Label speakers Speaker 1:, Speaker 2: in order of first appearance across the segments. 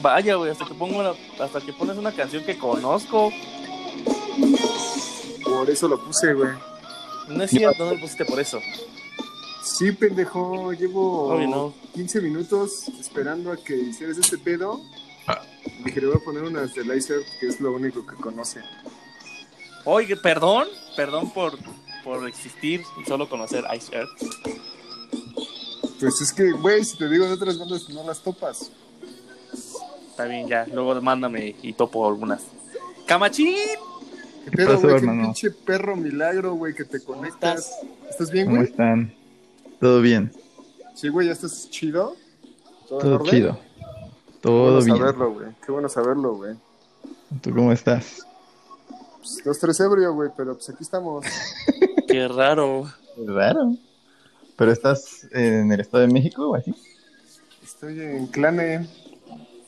Speaker 1: Vaya, güey, hasta que pongo una- hasta que pones una canción que conozco.
Speaker 2: Por eso lo puse, güey.
Speaker 1: No es cierto, no lo pusiste por eso.
Speaker 2: Sí, pendejo, llevo
Speaker 1: Obvio, no.
Speaker 2: 15 minutos esperando a que hicieras este pedo.
Speaker 3: Ah.
Speaker 2: Dije, le voy a poner unas de Lizer, que es lo único que conoce.
Speaker 1: Oye, perdón, perdón por, por existir y solo conocer Ice Earth.
Speaker 2: Pues es que, güey, si te digo de otras bandas, no las topas.
Speaker 1: Está bien, ya, luego mándame y topo algunas. ¡Camachín!
Speaker 2: ¿Qué pedo, güey?
Speaker 3: pasó,
Speaker 2: Qué
Speaker 3: hermano?
Speaker 2: pinche perro milagro, güey, que te conectas. ¿Estás bien,
Speaker 3: ¿Cómo
Speaker 2: güey?
Speaker 3: están? ¿Todo bien?
Speaker 2: Sí, güey, ya estás chido. en
Speaker 3: Todo
Speaker 2: orden?
Speaker 3: chido.
Speaker 2: Qué
Speaker 3: Todo
Speaker 2: bueno
Speaker 3: bien.
Speaker 2: saberlo, güey. Qué bueno saberlo, güey.
Speaker 3: ¿Tú cómo estás?
Speaker 2: Pues, dos, tres ebrio, güey, pero pues aquí estamos.
Speaker 1: Qué raro.
Speaker 3: Pues Raro. ¿Pero estás en el Estado de México o así?
Speaker 2: Estoy en Clane.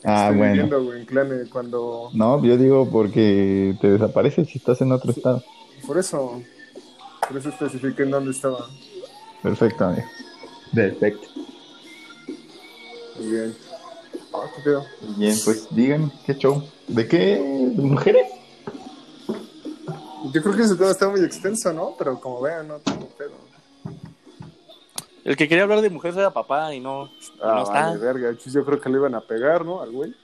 Speaker 3: Ah,
Speaker 2: Estoy
Speaker 3: bueno.
Speaker 2: viviendo, güey, en Clane cuando...
Speaker 3: No, yo digo porque te desapareces si estás en otro estado.
Speaker 2: Por eso... Por eso especifiqué en dónde estaba.
Speaker 3: Perfecto, amigo. Perfecto.
Speaker 2: Muy bien. Ah, qué pedo.
Speaker 3: Bien, pues digan, ¿qué show? ¿De qué? ¿De mujeres?
Speaker 2: Yo creo que ese tema está muy extenso, ¿no? Pero como vean, no tengo pedo.
Speaker 1: El que quería hablar de mujeres era papá y no, y no está.
Speaker 2: Ah, vale, verga. Chis, Yo creo que le iban a pegar, ¿no? Al güey.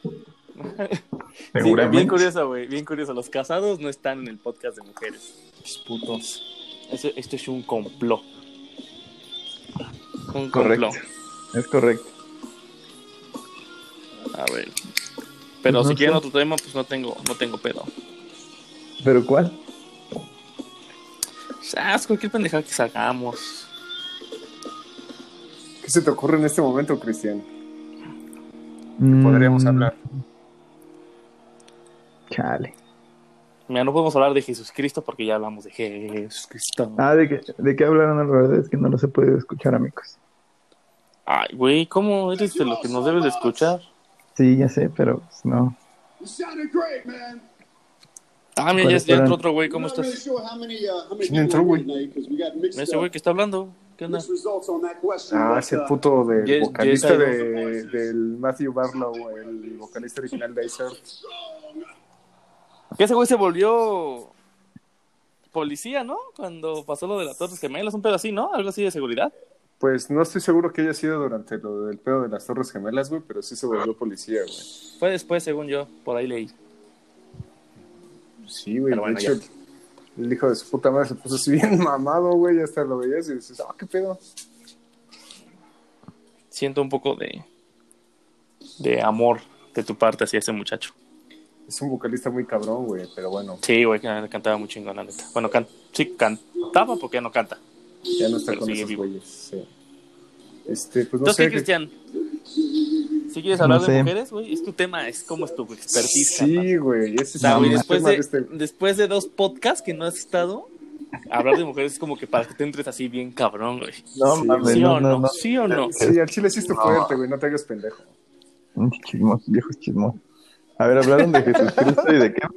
Speaker 1: Sí, bien curioso, güey, bien curioso. Los casados no están en el podcast de mujeres.
Speaker 2: Putos.
Speaker 1: Eso- esto este es un complot. Un
Speaker 3: Correcto.
Speaker 1: complot.
Speaker 3: Es correcto.
Speaker 1: A ver. Pero
Speaker 3: No
Speaker 1: si quieren
Speaker 3: sé.
Speaker 1: otro tema, pues no tengo, no tengo pedo.
Speaker 3: ¿Pero cuál?
Speaker 1: Ah, cualquier pendejada que sacamos.
Speaker 2: ¿Qué se te ocurre en este momento, Cristian? Podríamos
Speaker 3: Mm,
Speaker 2: hablar.
Speaker 3: Chale.
Speaker 1: Mira, no podemos hablar de Jesucristo porque ya hablamos de Jesucristo.
Speaker 3: Ah, ¿de qué, de qué hablaron? La verdad es que no los he podido escuchar, amigos.
Speaker 1: Ay, güey, ¿cómo eres de lo que nos debes de escuchar?
Speaker 3: Sí, ya sé, pero pues, no.
Speaker 4: It sounded great, man.
Speaker 1: Ah, mira, ya,
Speaker 3: ¿Cuáles
Speaker 1: ya entró
Speaker 3: fueron?
Speaker 1: otro güey, ¿cómo
Speaker 4: Not really
Speaker 1: estás?
Speaker 4: sure how many, uh, how many
Speaker 2: ¿Quién entró, güey?
Speaker 4: people are tonight, 'cause we got mixed,
Speaker 1: Ese
Speaker 4: uh,
Speaker 1: güey que está hablando, ¿qué onda?
Speaker 4: mixed results on that question,
Speaker 2: Ah,
Speaker 4: but,
Speaker 2: ese
Speaker 4: uh,
Speaker 2: puto del
Speaker 1: Yes-
Speaker 2: vocalista
Speaker 1: yes, I
Speaker 2: de- del Matthew Barlow, el vocalista original de Acer.
Speaker 1: Que ese güey se volvió policía, ¿no? Cuando pasó lo de las Torres Gemelas, un pedo así, ¿no? Algo así de seguridad.
Speaker 2: Pues no estoy seguro que haya sido durante lo del pedo de las Torres Gemelas, güey, pero sí se volvió policía, güey.
Speaker 1: Fue después, según yo, por ahí leí.
Speaker 2: Sí, güey.
Speaker 1: Pero bueno,
Speaker 2: de hecho, el hijo de su puta madre se puso así bien mamado, güey, hasta lo veías y dices, ah, qué pedo.
Speaker 1: Siento un poco de, de amor de tu parte hacia ese muchacho.
Speaker 2: Es un vocalista muy cabrón, güey, pero bueno,
Speaker 1: Sí, güey, que cantaba muy chingón, la neta. Bueno, can- sí, cantaba porque ya no canta.
Speaker 2: ya no está
Speaker 1: Pero
Speaker 2: con
Speaker 1: sigue Pues
Speaker 2: esos
Speaker 1: vivo.
Speaker 2: güeyes. sí. Este, pues no
Speaker 1: Entonces,
Speaker 2: sé.
Speaker 1: ¿qué,
Speaker 2: qué-
Speaker 1: Cristian? ¿Sí quieres hablar
Speaker 3: No
Speaker 1: de
Speaker 3: sé.
Speaker 1: mujeres, güey? Es tu tema, es como es tu expertise. carnal.
Speaker 2: Sí, güey,
Speaker 1: O
Speaker 2: ese es
Speaker 1: sea,
Speaker 2: el
Speaker 1: güey,
Speaker 2: tema
Speaker 1: después, de,
Speaker 2: de este-
Speaker 1: después de dos podcasts que no has estado, hablar de mujeres es como que para que te entres así bien cabrón, güey.
Speaker 3: No,
Speaker 2: Sí,
Speaker 3: mames,
Speaker 1: ¿Sí
Speaker 3: no,
Speaker 1: o
Speaker 3: no,
Speaker 1: no?
Speaker 3: no.
Speaker 1: ¿Sí o no?
Speaker 2: Sí, al chile sí es tu fuerte, güey, no te hagas pendejo.
Speaker 3: Pinches Chismosos, viejos chismosos. A ver, hablaron de Jesucristo y de qué.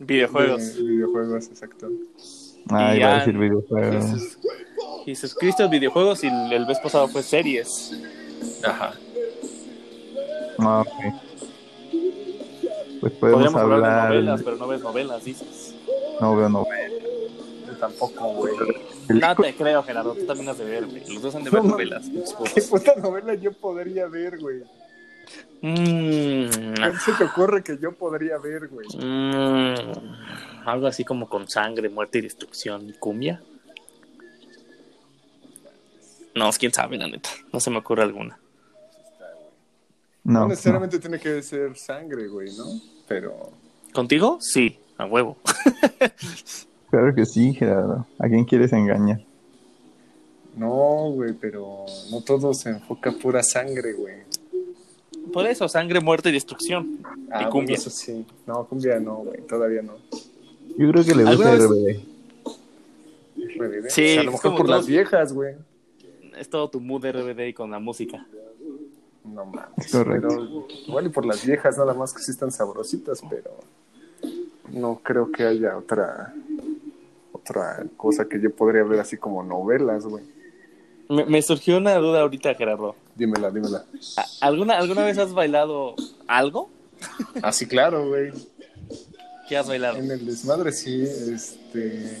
Speaker 1: Videojuegos.
Speaker 2: De videojuegos, exacto.
Speaker 3: Ah,
Speaker 1: Y
Speaker 3: iba
Speaker 1: ya-
Speaker 3: a decir videojuegos.
Speaker 1: Jesús- Jesucristo, videojuegos y el el mes pasado fue series. Ajá.
Speaker 3: Ah, ok. Pues podemos
Speaker 1: Podríamos hablar,
Speaker 3: hablar.
Speaker 1: de novelas, pero no ves novelas, dices.
Speaker 3: No veo novelas.
Speaker 2: Yo tampoco, güey.
Speaker 1: No te creo, Gerardo, tú también has de ver, güey. Los dos han de ver
Speaker 2: No,
Speaker 1: novelas.
Speaker 2: ¿Qué puta novela yo podría ver, güey?
Speaker 1: Mmm.
Speaker 2: ¿Qué se te ocurre que yo podría ver, güey?
Speaker 1: Mm, algo así como con sangre, muerte y destrucción y cumbia. No, quién sabe, la neta. No se me ocurre alguna.
Speaker 2: No,
Speaker 3: No, no.
Speaker 2: necesariamente tiene que ser sangre, güey, ¿no? Pero
Speaker 1: ¿Contigo? Sí, a huevo.
Speaker 3: Claro que sí, Gerardo. ¿A quién quieres engañar?
Speaker 2: no, güey, pero no todo se enfoca a pura sangre, güey.
Speaker 1: Por eso, sangre, muerte y destrucción.
Speaker 2: Ah,
Speaker 1: Y
Speaker 2: bueno,
Speaker 1: cumbia.
Speaker 2: eso sí. No, cumbia no, güey, todavía no.
Speaker 3: Yo creo que le
Speaker 1: ¿Alguna
Speaker 3: gusta
Speaker 1: vez-
Speaker 3: RBD.
Speaker 2: Revive.
Speaker 1: Sí,
Speaker 2: a
Speaker 1: es
Speaker 2: lo mejor
Speaker 1: como
Speaker 2: por
Speaker 1: dos-
Speaker 2: las viejas, güey.
Speaker 1: Es todo tu mood RBD y con la música.
Speaker 2: No mames.
Speaker 3: Correcto.
Speaker 2: Pero igual y por las viejas, nada más que sí están sabrositas, pero no creo que haya otra otra cosa que yo podría ver así como novelas, güey.
Speaker 1: Me, me surgió una duda ahorita, Gerardo.
Speaker 2: Dímela, dímela.
Speaker 1: ¿A- ¿Alguna, ¿Alguna vez has bailado algo? Ah,
Speaker 2: Así, claro, güey.
Speaker 1: ¿Qué has bailado?
Speaker 2: En el desmadre, sí, este.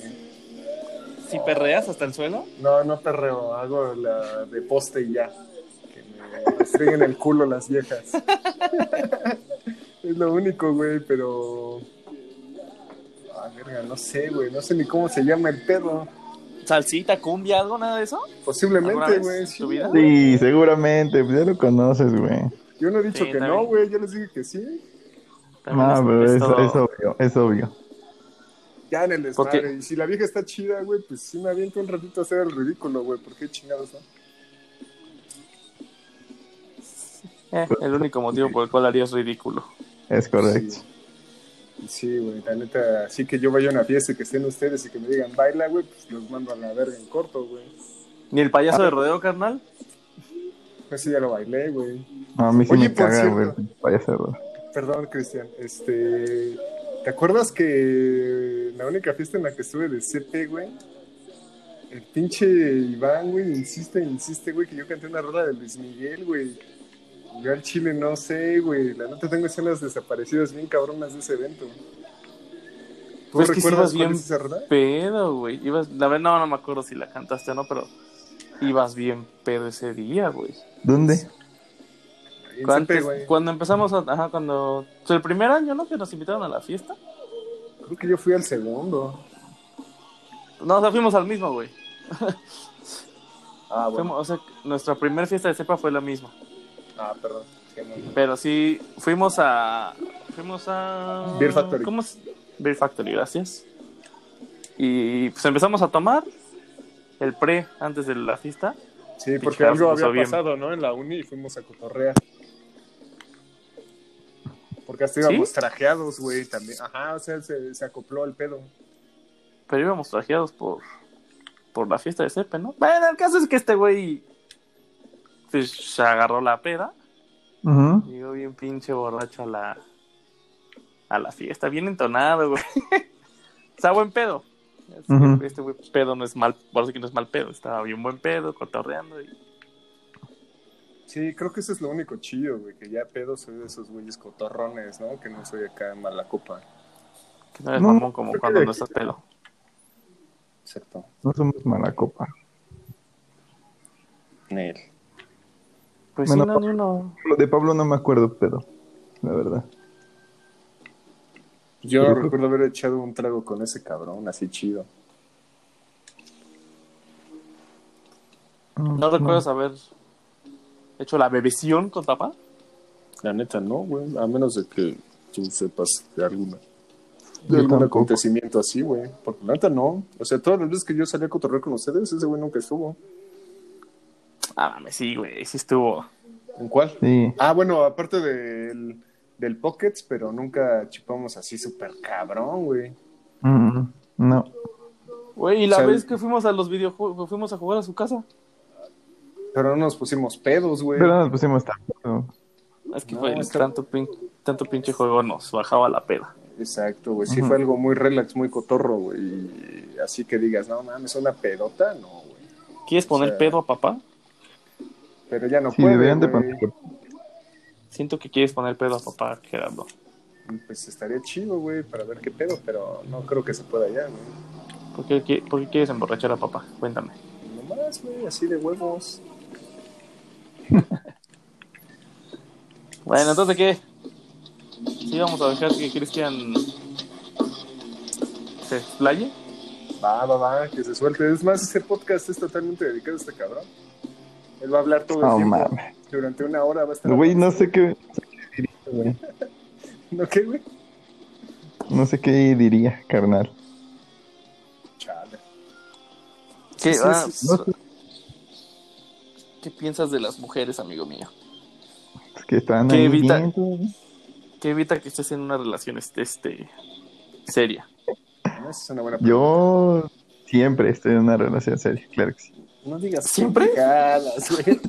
Speaker 1: ¿Si perreas hasta el suelo?
Speaker 2: No, no perreo, hago la de poste y ya. Que me estrellen el culo las viejas. es lo único, güey, pero. Ah, verga, no sé, güey, no sé ni cómo se llama el perro.
Speaker 1: ¿Salsita, cumbia, algo, nada de eso? ¿Alguna
Speaker 2: Posiblemente,
Speaker 1: vez
Speaker 2: güey.
Speaker 1: en
Speaker 2: sí,
Speaker 1: tu vida?
Speaker 2: güey.
Speaker 3: Sí, seguramente, pues ya lo conoces, güey.
Speaker 2: Yo no he dicho
Speaker 1: Sí,
Speaker 2: que no,
Speaker 1: también.
Speaker 2: güey, yo les dije que sí.
Speaker 1: También
Speaker 3: no, pero
Speaker 1: es
Speaker 3: es,
Speaker 1: todo-
Speaker 3: es obvio, es obvio.
Speaker 2: Ya en el desmadre.
Speaker 1: Porque-
Speaker 2: Y si la vieja está chida, güey, pues sí me aviento un ratito a hacer el ridículo, güey. ¿Por qué chingados no?
Speaker 1: eh, el único motivo por el cual harías ridículo.
Speaker 3: Es correcto.
Speaker 2: Sí. Sí, güey, la neta, así que yo vaya a una fiesta y que estén ustedes y que me digan baila, güey, pues los mando a la verga en corto, güey.
Speaker 1: ¿Ni el payaso de rodeo, carnal?
Speaker 2: Ese Pues ya lo bailé, güey.
Speaker 3: No, a mí sí
Speaker 2: Oye,
Speaker 3: me
Speaker 2: por
Speaker 3: caga,
Speaker 2: cierto.
Speaker 3: güey. Vaya cerdo.
Speaker 2: Perdón, Cristian, este... ¿Te acuerdas que la única fiesta en la que estuve de CP, güey? El pinche Iván, güey, insiste, insiste, güey, que yo canté una rola de Luis Miguel, güey. Yo al chile no sé, güey. La neta tengo escenas desaparecidas bien cabronas de ese evento. ¿Tú
Speaker 1: Pues es que sí
Speaker 2: recuerdas
Speaker 1: vas
Speaker 2: cuál
Speaker 1: bien
Speaker 2: es esa rola?
Speaker 1: pedo, güey. Ibas, la verdad, no, no me acuerdo si la cantaste o no, pero ibas bien pedo ese día, güey.
Speaker 3: ¿Dónde?
Speaker 2: En
Speaker 1: Cuando,
Speaker 2: CP, güey.
Speaker 1: cuando empezamos, a- ajá, cuando... o sea, el primer año, ¿no? Que nos invitaron a la fiesta.
Speaker 2: Creo que yo fui al segundo.
Speaker 1: No, o sea, fuimos al mismo, güey.
Speaker 2: Ah,
Speaker 1: Fuimos- O sea, nuestra primera fiesta de cepa fue la misma.
Speaker 2: Ah, perdón.
Speaker 1: Pero sí, fuimos a. Fuimos a.
Speaker 2: Beer Factory.
Speaker 1: ¿Cómo es? Beer Factory, gracias. Y pues empezamos a tomar el pre antes de la fiesta.
Speaker 2: Sí, porque
Speaker 1: Pichazo,
Speaker 2: algo
Speaker 1: puso
Speaker 2: había
Speaker 1: bien.
Speaker 2: pasado, ¿no? En la uni y fuimos a cotorrear. Porque hasta íbamos
Speaker 1: ¿Sí?
Speaker 2: trajeados, güey, también. Ajá, o sea, se, se acopló el pedo.
Speaker 1: Pero íbamos trajeados por. Por la fiesta de Cepe, ¿no? Bueno, el caso es que este güey. pues, se agarró la peda.
Speaker 3: Ujú.
Speaker 1: Llegó bien pinche borracho a la. A la fiesta, bien entonado, güey. Está buen pedo. Este-
Speaker 3: Ujú.
Speaker 1: Este güey pedo no es mal, por eso que no es mal pedo, estaba bien buen pedo, cotorreando y
Speaker 2: Sí, creo que eso es lo único chido, güey, que ya pedo soy de esos güeyes cotorrones, ¿no? Que no soy acá en mala copa.
Speaker 1: Que no eres
Speaker 3: No,
Speaker 1: mamón como
Speaker 3: creo que
Speaker 1: cuando
Speaker 3: de
Speaker 1: no
Speaker 3: aquí-
Speaker 1: estás pelo.
Speaker 2: Exacto.
Speaker 3: No somos mala copa.
Speaker 2: Nel.
Speaker 1: Pues
Speaker 3: Bueno,
Speaker 1: sí, no,
Speaker 3: pa-
Speaker 1: ni uno.
Speaker 3: Lo de Pablo no me acuerdo, pero la verdad.
Speaker 2: Yo
Speaker 3: Pero-
Speaker 2: recuerdo haber echado un trago con ese cabrón, así chido.
Speaker 1: ¿No recuerdas haber hecho la bebeción con papá?
Speaker 2: La neta, no, güey, a menos de que tú sepas de alguna.
Speaker 3: Yo
Speaker 2: de algún
Speaker 3: tampoco.
Speaker 2: acontecimiento así, güey. Porque la neta no. O sea, todas las veces que yo salí a cotorrear con ustedes, ese güey nunca estuvo.
Speaker 1: Ah, mames, sí, güey, sí estuvo.
Speaker 2: ¿En cuál?
Speaker 3: Sí.
Speaker 2: Ah, bueno, aparte del, del Pockets, pero nunca chupamos así súper cabrón, güey.
Speaker 3: Mm, No.
Speaker 1: Güey, y la
Speaker 2: O sea,
Speaker 1: vez que fuimos a los videojuegos, fuimos a jugar a su casa.
Speaker 2: Pero no nos pusimos pedos, güey.
Speaker 3: Pero nos pusimos tanto.
Speaker 1: Es que
Speaker 2: No,
Speaker 1: güey,
Speaker 2: está-
Speaker 1: tanto, pin- tanto pinche juego nos bajaba la peda.
Speaker 2: Exacto, güey. Sí
Speaker 3: Ujú.
Speaker 2: fue algo muy relax, muy cotorro, güey. Y Así que digas, no mames, una pedota, no, güey.
Speaker 1: ¿Quieres poner
Speaker 2: O sea-
Speaker 1: pedo a papá?
Speaker 2: Pero ya no
Speaker 3: Sí,
Speaker 2: puede,
Speaker 3: deberían de
Speaker 2: güey.
Speaker 3: poner.
Speaker 1: Siento que quieres poner pedo a papá, Gerardo.
Speaker 2: Pues estaría chido, güey, para ver qué pedo, pero no creo que se pueda ya, güey.
Speaker 1: ¿Por qué, qui- por qué quieres emborrachar a papá? Cuéntame.
Speaker 2: Nomás, güey, así de huevos.
Speaker 1: Bueno, entonces, ¿qué? Sí, vamos a dejar que Cristian se explaye.
Speaker 2: Va, va, va, que se suelte. Es más, ese podcast es totalmente dedicado a este cabrón. Él va a hablar todo el
Speaker 3: No
Speaker 2: tiempo.
Speaker 3: mames.
Speaker 2: Durante una hora va a estar.
Speaker 3: Güey, no sé qué. no sé qué diría, güey.
Speaker 2: ¿No qué, güey?
Speaker 3: No sé qué diría, carnal.
Speaker 2: Chale.
Speaker 1: ¿Qué,
Speaker 2: Sí,
Speaker 1: ah,
Speaker 2: sí, sí.
Speaker 1: pues, ¿Qué piensas de las mujeres, amigo mío?
Speaker 3: Es que están
Speaker 1: ¿Qué
Speaker 3: ahí
Speaker 1: evita?
Speaker 3: viendo, güey.
Speaker 1: ¿Qué evita que estés en una relación este, este, seria?
Speaker 2: Esa es una buena
Speaker 3: Yo siempre estoy en una relación seria, claro que sí.
Speaker 2: No digas
Speaker 1: ¿Siempre?
Speaker 2: pendejadas, güey.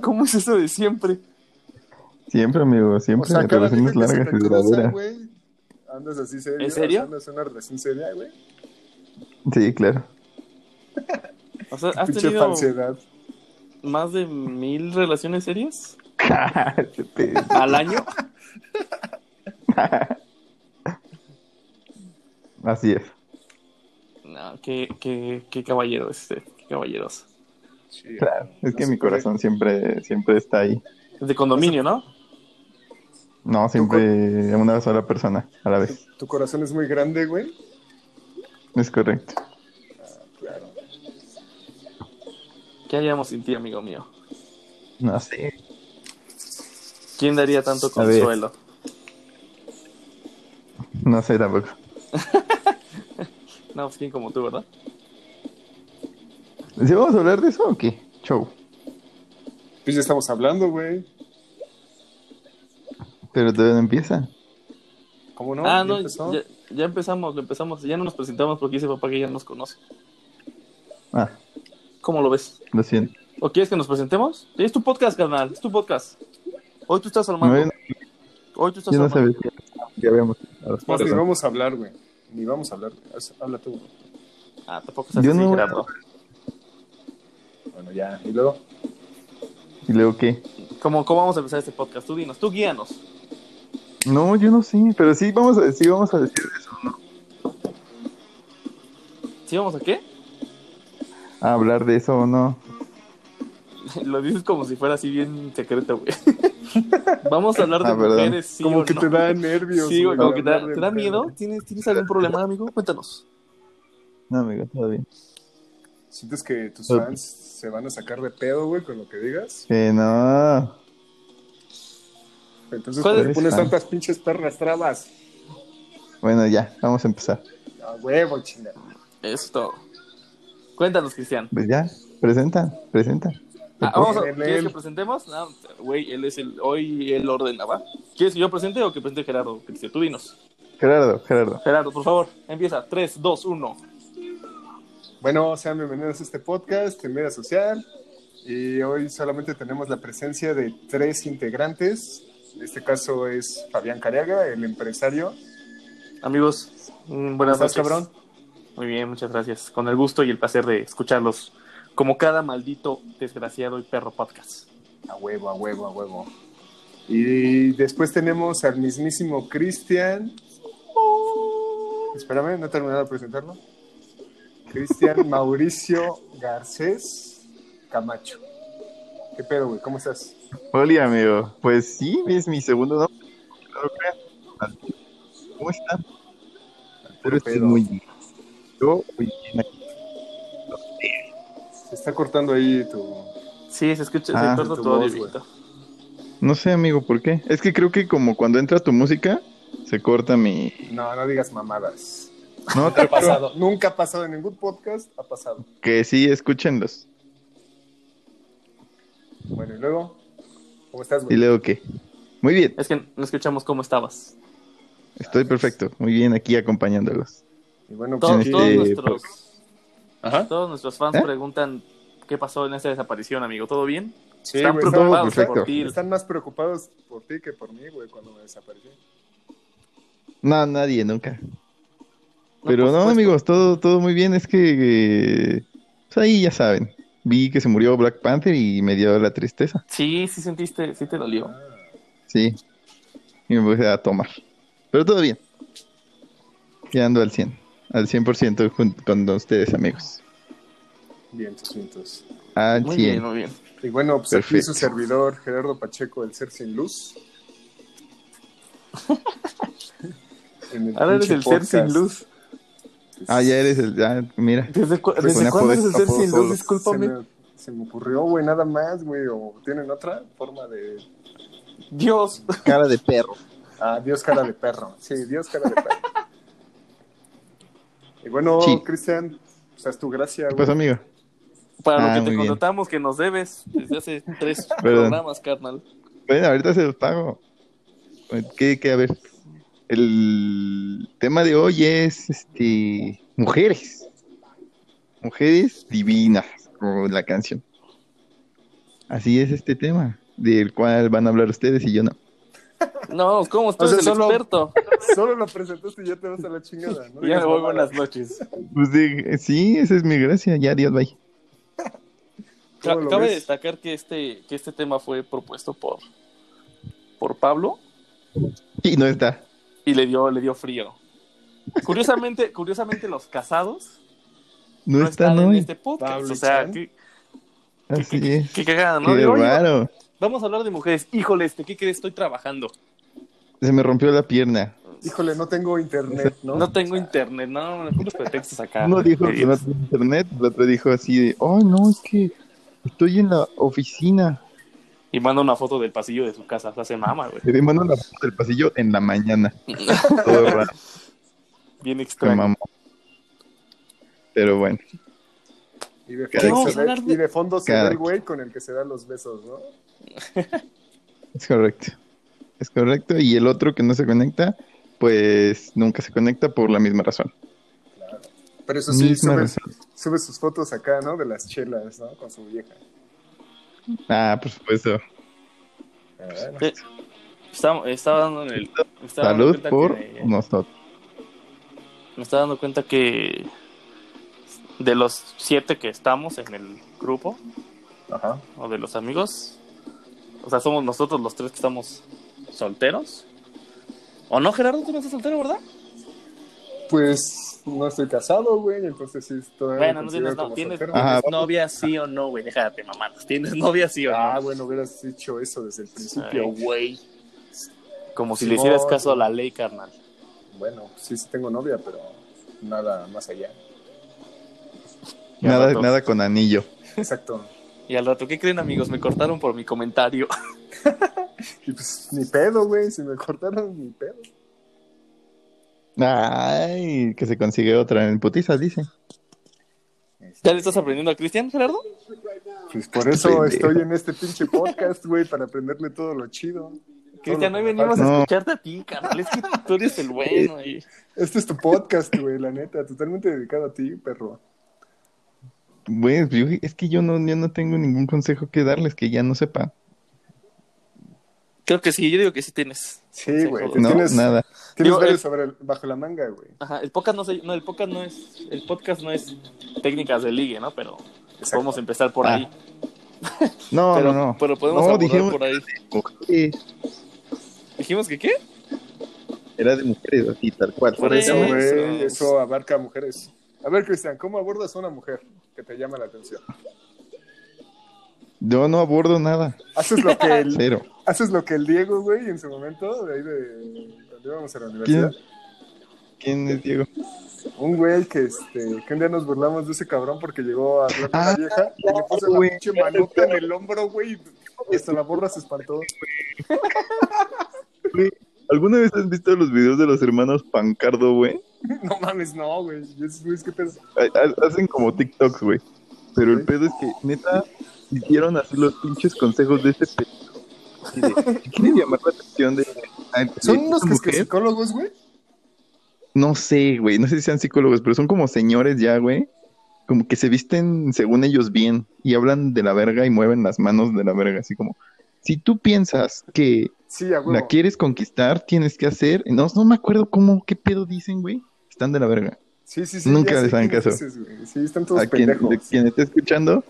Speaker 1: ¿Cómo es eso de siempre?
Speaker 3: Siempre, amigo,
Speaker 2: O
Speaker 3: siempre
Speaker 2: sea,
Speaker 3: las
Speaker 2: cada vez
Speaker 3: relaciones
Speaker 2: que se
Speaker 3: largas
Speaker 2: te
Speaker 3: y
Speaker 2: cruza,
Speaker 3: duraderas.
Speaker 2: güey, andas así serio.
Speaker 1: ¿En serio?
Speaker 2: o sea, andas en una relación seria, güey.
Speaker 3: Sí, claro.
Speaker 1: O sea, ¿has
Speaker 2: Pinche
Speaker 1: tenido,
Speaker 2: falsedad.
Speaker 1: más de mil relaciones serias
Speaker 3: Cállate, pendejo.
Speaker 1: al año.
Speaker 3: Así es.
Speaker 1: No, qué, qué, qué caballero este, qué caballeroso.
Speaker 2: Sí,
Speaker 3: Claro, es
Speaker 2: no
Speaker 3: que
Speaker 2: se
Speaker 3: mi
Speaker 2: puede.
Speaker 3: corazón siempre, siempre está ahí.
Speaker 1: Es de condominio, ¿no?
Speaker 3: No, siempre una sola persona a la vez.
Speaker 2: Tu corazón es muy grande, güey.
Speaker 3: Es correcto.
Speaker 2: Claro.
Speaker 1: ¿Qué haríamos sin ti, amigo mío?
Speaker 3: No sé.
Speaker 1: ¿Quién daría tanto
Speaker 3: A ver.
Speaker 1: consuelo?
Speaker 3: No sé tampoco.
Speaker 1: No, pues quién como tú, ¿verdad?
Speaker 3: ¿Sí vamos a hablar de eso o qué? Show.
Speaker 2: Pues ya estamos hablando, güey.
Speaker 3: Pero todavía no empieza.
Speaker 2: ¿Cómo no?
Speaker 1: ah,
Speaker 2: ¿Ya
Speaker 1: no,
Speaker 2: empezó?
Speaker 1: ya, ya empezamos, lo empezamos. Ya no nos presentamos porque dice papá que ya nos conoce.
Speaker 3: Ah,
Speaker 1: ¿Cómo lo ves?
Speaker 3: lo siento.
Speaker 1: ¿O quieres que nos presentemos? Es tu podcast, carnal, es tu podcast. Hoy tú estás al
Speaker 3: No,
Speaker 1: mando.
Speaker 3: yo no-
Speaker 1: Hoy tú estás
Speaker 3: yo no
Speaker 1: al mando.
Speaker 3: sabía que que habíamos hablado.
Speaker 2: Más ni
Speaker 3: Perdón.
Speaker 2: vamos a hablar, güey. Ni vamos a hablar. Haz- Habla tú. güey.
Speaker 1: Ah, tampoco seas
Speaker 3: Yo
Speaker 1: así,
Speaker 3: no-
Speaker 1: Gerardo.
Speaker 2: Bueno, ya. Y luego.
Speaker 3: ¿Y luego qué?
Speaker 1: ¿Cómo, ¿Cómo vamos a empezar este podcast? Tú dinos, tú guíanos.
Speaker 3: No, yo no sé, pero sí vamos a, sí vamos a decir eso, ¿no?
Speaker 1: ¿Sí vamos a qué?
Speaker 3: A hablar de eso o no.
Speaker 1: Lo dices como si fuera así bien secreto, güey. vamos a hablar de
Speaker 3: Ah, perdón.
Speaker 1: mujeres, sí
Speaker 2: como
Speaker 1: o
Speaker 2: que
Speaker 1: no.
Speaker 2: te da nervios.
Speaker 1: Sí, güey, como que te da,
Speaker 2: hablar de
Speaker 1: te da
Speaker 2: mujeres.
Speaker 1: miedo. ¿Tienes, ¿Tienes algún problema, amigo? Cuéntanos.
Speaker 3: No, amigo, todo bien.
Speaker 2: ¿Sientes que tus fans se van a sacar de pedo, güey, con lo que digas?
Speaker 3: Que no.
Speaker 2: Entonces,
Speaker 1: ¿Cuál
Speaker 2: ¿por qué
Speaker 3: es?
Speaker 2: pones
Speaker 3: Ah.
Speaker 2: tantas pinches perras trabas?
Speaker 3: Bueno, ya, vamos a empezar.
Speaker 2: A huevo, chingada.
Speaker 1: Eso es todo. Cuéntanos, Cristian.
Speaker 3: Pues ya, presenta, presenta.
Speaker 1: Ah, vamos a-
Speaker 2: Él,
Speaker 1: ¿Quieres
Speaker 2: él.
Speaker 1: que presentemos? No, güey, él es el. Hoy él ordena, ¿va? ¿Quieres que yo presente o que presente Gerardo? Cristian, tú dinos.
Speaker 3: Gerardo, Gerardo.
Speaker 1: Gerardo, por favor, empieza. 3, 2, 1.
Speaker 2: Bueno, sean bienvenidos a este podcast en Media Social. Y hoy solamente tenemos la presencia de tres integrantes. En este caso es Fabián Cariaga, el empresario.
Speaker 1: Amigos, mm, buenas
Speaker 2: ¿Cómo
Speaker 1: noches.
Speaker 2: estás, cabrón?
Speaker 1: Muy bien, muchas gracias. Con el gusto y el placer de escucharlos. Como cada maldito desgraciado y perro podcast.
Speaker 2: A huevo, a huevo, a huevo. Y después tenemos al mismísimo Cristian. Espérame, no he terminado de presentarlo. Cristian Mauricio Garcés Camacho. ¿Qué pedo, güey? ¿Cómo estás?
Speaker 3: Hola, amigo. Pues sí, es mi segundo nombre. No lo crean. ¿Cómo están? Pero estoy
Speaker 2: pedo.
Speaker 3: muy bien. Yo, muy bien aquí.
Speaker 2: Se está cortando ahí tu...
Speaker 1: Sí, se escucha,
Speaker 3: Ah,
Speaker 1: se corta
Speaker 2: tu
Speaker 1: tu audio,
Speaker 2: voz, güey.
Speaker 1: Víctor.
Speaker 3: No sé, amigo, ¿por qué? Es que creo que como cuando entra tu música, se corta mi...
Speaker 2: No, no digas mamadas.
Speaker 3: No, te lo juro
Speaker 2: pasado. Nunca ha pasado en ningún podcast, ha pasado.
Speaker 3: que sí, escúchenlos.
Speaker 2: Bueno, y luego, ¿cómo estás,
Speaker 3: ¿Y
Speaker 2: güey?
Speaker 3: luego qué? Muy bien,
Speaker 1: Es que no escuchamos cómo estabas.
Speaker 3: estoy perfecto. Muy bien aquí acompañándolos.
Speaker 2: Y bueno, pues,
Speaker 1: Todo-
Speaker 3: Sí,
Speaker 1: todos,
Speaker 3: eh,
Speaker 1: nuestros,
Speaker 2: Ajá.
Speaker 1: todos nuestros fans
Speaker 3: ¿Eh?
Speaker 1: preguntan qué pasó en esa desaparición, amigo. ¿Todo bien?
Speaker 2: Sí,
Speaker 1: Están
Speaker 2: güey,
Speaker 3: todo
Speaker 1: preocupados
Speaker 3: perfecto.
Speaker 1: por ti.
Speaker 2: Están más preocupados por ti que por mí, güey, cuando me desaparecí.
Speaker 3: No, nadie, nunca. Pero
Speaker 1: por
Speaker 3: no,
Speaker 1: supuesto.
Speaker 3: amigos, todo, todo muy bien. Es que eh, pues ahí ya saben. Vi que se murió Black Panther y me dio la tristeza.
Speaker 1: Sí, sí sentiste, sí te dolió.
Speaker 3: Sí. Y me puse a tomar. Pero todo bien. Ya ando al 100. Al 100% con, con ustedes, amigos.
Speaker 2: Vientos, vientos.
Speaker 3: Al
Speaker 1: Muy
Speaker 3: 100.
Speaker 1: bien, muy bien.
Speaker 2: Y bueno, pues aquí
Speaker 3: Perfecto.
Speaker 2: su servidor, Gerardo Pacheco, el ser sin luz. En el
Speaker 1: Ahora eres
Speaker 2: pinche
Speaker 1: el ser sin
Speaker 2: podcast.
Speaker 1: luz.
Speaker 3: Ah, ya eres el. ah, mira.
Speaker 1: ¿Desde, cu-
Speaker 3: Pues
Speaker 1: desde
Speaker 3: una
Speaker 1: cuándo
Speaker 3: pobreza
Speaker 1: eres el ser
Speaker 3: por
Speaker 1: sin
Speaker 3: todos.
Speaker 1: luz?
Speaker 3: Se
Speaker 1: Discúlpame.
Speaker 2: Se me, se me ocurrió, güey, nada más, güey. ¿O tienen otra forma de
Speaker 1: Dios.
Speaker 3: Cara de perro.
Speaker 2: Ah, Dios cara de perro. Sí, Dios cara de perro. Y bueno,
Speaker 3: Sí.
Speaker 2: Cristian, pues haz tu gracia,
Speaker 3: ¿Qué
Speaker 2: güey.
Speaker 3: pasó, amigo?
Speaker 1: Para
Speaker 3: Ah,
Speaker 1: lo que te
Speaker 3: muy bien.
Speaker 1: contratamos, que nos debes desde hace tres
Speaker 3: Perdón.
Speaker 1: programas, carnal.
Speaker 3: Bueno, ahorita se los pago. ¿Qué, qué? A ver. El tema de hoy es este mujeres. Mujeres divinas, como la canción. Así es este tema, del cual van a hablar ustedes y yo no.
Speaker 1: No, ¿cómo
Speaker 2: O
Speaker 1: estás
Speaker 2: sea,
Speaker 1: el
Speaker 2: solo-
Speaker 1: experto?
Speaker 2: Solo lo presentaste y ya te vas a la chingada. ¿no?
Speaker 1: Ya
Speaker 2: digas
Speaker 1: me voy,
Speaker 2: mamadas.
Speaker 1: buenas noches.
Speaker 3: Pues de- sí, esa es mi gracia. Ya, adiós, bye.
Speaker 1: Ca-
Speaker 2: ¿Cómo lo
Speaker 1: Cabe
Speaker 2: ves?
Speaker 1: destacar que este, que este tema fue propuesto por, por Pablo
Speaker 3: Y no está.
Speaker 1: y le dio, le dio frío. Curiosamente, curiosamente los casados
Speaker 3: No,
Speaker 1: no
Speaker 3: está,
Speaker 1: están
Speaker 3: no.
Speaker 1: en este podcast.
Speaker 2: Pablo
Speaker 1: o sea,
Speaker 2: Chan.
Speaker 1: qué,
Speaker 3: Así es.
Speaker 1: qué cagada, ¿no?
Speaker 3: Qué
Speaker 1: De, "Oye,
Speaker 3: raro.
Speaker 1: vamos a hablar de mujeres. Híjole, este, ¿qué crees? Estoy trabajando.
Speaker 3: Se me rompió la pierna.
Speaker 2: Híjole, no tengo internet, ¿no?
Speaker 1: No, tengo internet, no, puros pretextos acá. Eh,
Speaker 3: Uno dijo que no
Speaker 1: Idiotas.
Speaker 3: tenía internet, el otro dijo así de, ay, no, es que estoy en la oficina.
Speaker 1: Y manda una foto del pasillo de su casa. O sea, se mama, güey.
Speaker 3: Le mandan la foto del pasillo en la mañana. Todo raro,
Speaker 1: Bien
Speaker 3: se
Speaker 1: extraño.
Speaker 3: mamó. Pero bueno,
Speaker 2: Y de,
Speaker 3: ¿Qué
Speaker 2: fondo
Speaker 1: vamos
Speaker 2: se
Speaker 1: a
Speaker 2: ve,
Speaker 1: hablar de-
Speaker 2: y de fondo se
Speaker 3: Cada
Speaker 2: ve el
Speaker 3: quien.
Speaker 2: güey con el que se dan los besos, ¿no?
Speaker 3: es correcto. Es correcto. Y el otro que no se conecta, pues nunca se conecta por la misma razón.
Speaker 2: Pero eso sí,
Speaker 3: Misma
Speaker 2: sube,
Speaker 3: razón.
Speaker 2: sube sus fotos acá, ¿no? De las chelas, ¿no? Con su vieja.
Speaker 3: Ah, por supuesto.
Speaker 2: Ah, bueno.
Speaker 1: Eh, Estaba, estaba dando en el. me estaba dando
Speaker 3: Salud
Speaker 1: cuenta
Speaker 3: por
Speaker 1: que-
Speaker 3: nosotros.
Speaker 1: me estaba dando cuenta que de los siete que estamos en el grupo
Speaker 2: Ajá.
Speaker 1: o de los amigos, o sea, somos nosotros los tres que estamos solteros. ¿O no, Gerardo? ¿Tú no estás soltero, verdad?
Speaker 2: Pues no estoy casado, güey, entonces sí estoy.
Speaker 1: bueno, no tienes, no, tienes,
Speaker 3: Ah,
Speaker 1: tienes
Speaker 3: vamos.
Speaker 1: novia sí o no, güey. Déjate, mamá. ¿Tienes novia sí o no?
Speaker 2: Ah, bueno, hubieras dicho eso desde el principio,
Speaker 1: Ay,
Speaker 2: güey.
Speaker 1: Como si
Speaker 2: sí,
Speaker 1: le hicieras
Speaker 2: no,
Speaker 1: caso
Speaker 2: sí.
Speaker 1: a la ley, carnal.
Speaker 2: Bueno, sí, sí tengo novia, pero nada más allá.
Speaker 1: Ya
Speaker 3: Nada,
Speaker 1: rato.
Speaker 3: nada con anillo.
Speaker 2: Exacto.
Speaker 1: Y al rato, ¿qué creen, amigos? Me cortaron por mi comentario.
Speaker 2: Y pues ni pedo, güey, si me cortaron ni pedo.
Speaker 3: Ay, que se consigue otra en putizas, dice.
Speaker 1: ¿Ya le estás aprendiendo a Cristian, Gerardo?
Speaker 2: Pues por eso
Speaker 3: Pendejo.
Speaker 2: estoy en este pinche podcast, güey, para aprenderle todo lo chido.
Speaker 1: Cristian,
Speaker 2: Todo
Speaker 1: hoy
Speaker 2: lo que me
Speaker 1: venimos
Speaker 2: falta.
Speaker 1: a
Speaker 3: No.
Speaker 1: escucharte a ti, carnal. Es que tú eres el bueno. Y...
Speaker 2: Este es tu podcast, güey, la neta, totalmente dedicado a ti, perro.
Speaker 3: Bueno, yo- es que yo no, yo no tengo ningún consejo que darles que ya no sepa.
Speaker 1: Creo que sí, yo digo que sí tienes.
Speaker 2: Sí, güey, te
Speaker 3: No,
Speaker 2: tienes,
Speaker 3: nada.
Speaker 2: tienes
Speaker 1: Digo,
Speaker 2: varios
Speaker 1: eh,
Speaker 2: sobre el- bajo la manga, güey.
Speaker 1: Ajá, el podcast no se- no, el podcast no es, el podcast no es técnicas de ligue, ¿no? Pero
Speaker 2: Exacto.
Speaker 1: podemos empezar por
Speaker 3: Ah,
Speaker 1: ahí.
Speaker 3: No,
Speaker 1: pero,
Speaker 3: no, no.
Speaker 1: pero podemos
Speaker 3: No,
Speaker 1: abordar
Speaker 3: dijimos-
Speaker 1: por ahí.
Speaker 3: Sí,
Speaker 1: Dijimos que qué?
Speaker 3: Era de mujeres, así, tal cual.
Speaker 1: Por
Speaker 2: Por eso,
Speaker 1: eso.
Speaker 2: güey, eso abarca a mujeres. A ver, Cristian, ¿cómo abordas a una mujer que te llama la atención?
Speaker 3: Yo no abordo nada.
Speaker 2: Haces lo que el,
Speaker 3: Cero.
Speaker 2: haces lo que el Diego, güey, en su momento, de ahí de donde íbamos a la universidad.
Speaker 3: ¿Quién es Diego?
Speaker 2: Un güey que, este, que un día nos burlamos de ese cabrón porque llegó a hablar con una
Speaker 3: Ah,
Speaker 2: vieja y le puso
Speaker 3: güey.
Speaker 2: la pinche manota en el hombro, güey, y hasta la borra se espantó.
Speaker 3: ¿Alguna vez has visto los videos de los hermanos Pancardo, güey?
Speaker 2: No mames, no, güey. Y esos güeyes que te...
Speaker 3: Ha- ha- Hacen como TikToks, güey. Pero el pedo es que, neta, hicieron así los pinches consejos de este pedo. Así de, Si quieren llamar la atención de...
Speaker 2: ¿Son
Speaker 3: de
Speaker 2: unos
Speaker 3: esta
Speaker 2: que es que
Speaker 3: mujer?
Speaker 2: psicólogos, güey?
Speaker 3: No sé, güey. No sé si sean psicólogos, pero son como señores ya, güey. Como que se visten según ellos bien y hablan de la verga y mueven las manos de la verga. Así como, si tú piensas que
Speaker 2: Sí, a
Speaker 3: la
Speaker 2: huevo.
Speaker 3: quieres conquistar, tienes que hacer. No, no me acuerdo cómo, qué pedo dicen, güey. Están de la verga.
Speaker 2: Sí, sí, sí.
Speaker 3: Nunca
Speaker 2: ya sé
Speaker 3: les hagan
Speaker 2: quiénes
Speaker 3: caso.
Speaker 2: dices, güey. sí, están todos
Speaker 3: A quien, de
Speaker 2: pendejos.
Speaker 3: quien esté escuchando,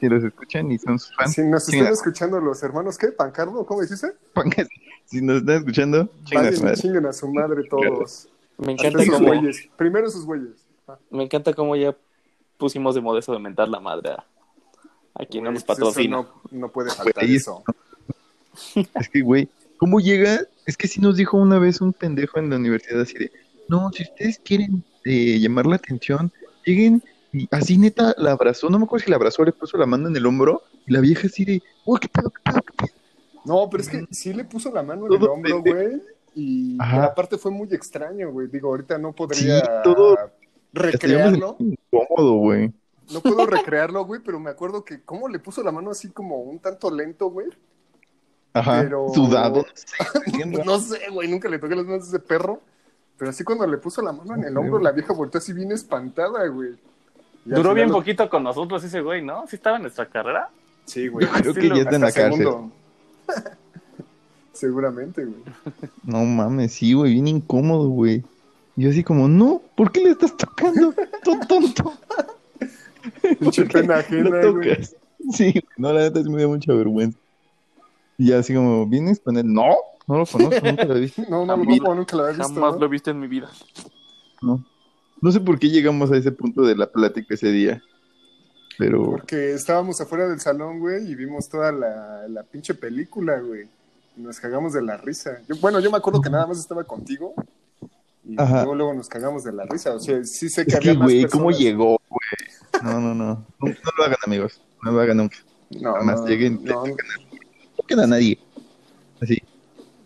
Speaker 3: si los escuchan y son sus fans,
Speaker 2: Si nos
Speaker 3: Chinga.
Speaker 2: están escuchando los hermanos, ¿qué? ¿Pancardo? ¿Cómo dijiste?
Speaker 3: pongan- si nos están escuchando, chingas,
Speaker 2: Vayan y
Speaker 3: madre.
Speaker 2: chinguen a su madre todos.
Speaker 1: Me
Speaker 2: Hasta
Speaker 1: encanta
Speaker 2: sus
Speaker 1: cómo,
Speaker 2: güeyes. Primero sus güeyes. Ah,
Speaker 1: me encanta cómo ya pusimos de modesto de mentar la madre a, a quien no
Speaker 2: güey,
Speaker 1: nos
Speaker 2: pues eso
Speaker 1: patrocina.
Speaker 2: No, no puede faltar
Speaker 3: Güey.
Speaker 2: eso.
Speaker 3: Es que, güey, ¿cómo llega? Es que sí nos dijo una vez un pendejo en la universidad así de, no, si ustedes quieren eh, llamar la atención, lleguen y así neta la abrazó, no me acuerdo si la abrazó, le puso la mano en el hombro y la vieja así de, uy, qué pedo, qué pedo, qué pedo.
Speaker 2: No, pero es que sí le puso la mano en el
Speaker 3: Todo
Speaker 2: hombro,
Speaker 3: pendejo.
Speaker 2: güey. Y
Speaker 3: Ajá.
Speaker 2: aparte fue muy extraño, güey. Digo, ahorita no podría
Speaker 3: Sí, todo- este Hasta yo me
Speaker 2: recrearlo.
Speaker 3: sentí incómodo, güey.
Speaker 2: No puedo recrearlo, güey, pero me acuerdo que cómo le puso la mano así como un tanto lento, güey.
Speaker 3: Ajá,
Speaker 2: Pero-
Speaker 3: sudado. no sé,
Speaker 2: Pues No sé, güey, nunca le toqué las manos a ese perro. Pero así cuando le puso la mano en el
Speaker 3: No
Speaker 2: hombro,
Speaker 3: creo.
Speaker 2: la vieja volteó así bien espantada, güey. Y al
Speaker 1: Duró
Speaker 2: final
Speaker 1: bien
Speaker 2: lo-
Speaker 1: poquito con nosotros ese güey, ¿no? Sí estaba en nuestra carrera.
Speaker 2: Sí, güey.
Speaker 3: Yo creo
Speaker 1: sí
Speaker 3: que
Speaker 1: lo-
Speaker 3: ya está en la
Speaker 2: Hasta
Speaker 3: cárcel.
Speaker 2: segundo. Seguramente, güey.
Speaker 3: No mames, sí, güey, bien incómodo, güey. Yo así como, no, ¿por qué le estás tocando? Tú tonto.
Speaker 2: Pinche pena ajena,
Speaker 3: Lo
Speaker 2: güey.
Speaker 3: tocas. Sí, no, la neta sí me dio mucha vergüenza. Y así como, ¿vienes con él? No, no lo conozco, nunca lo he visto.
Speaker 2: No, no,
Speaker 1: Jamás-
Speaker 2: no, nunca la había visto.
Speaker 1: Jamás
Speaker 2: ¿no?
Speaker 1: lo he visto en mi vida.
Speaker 3: No. no sé por qué llegamos a ese punto de la plática ese día. Pero
Speaker 2: Porque estábamos afuera del salón, güey, y vimos toda la, la pinche película, güey. Y nos cagamos de la risa. Yo- bueno, yo me acuerdo que nada más estaba contigo. Y
Speaker 3: Ajá.
Speaker 2: luego, luego nos cagamos de la risa. O sea, sí sé que
Speaker 3: es
Speaker 2: había
Speaker 3: que,
Speaker 2: más
Speaker 3: güey, ¿cómo
Speaker 2: personas.
Speaker 3: llegó, güey? No, no, no. No, no lo hagan, amigos. No lo hagan nunca.
Speaker 2: No,
Speaker 3: Nada más
Speaker 2: no,
Speaker 3: lleguen.
Speaker 2: no,
Speaker 3: No queda nadie. Así.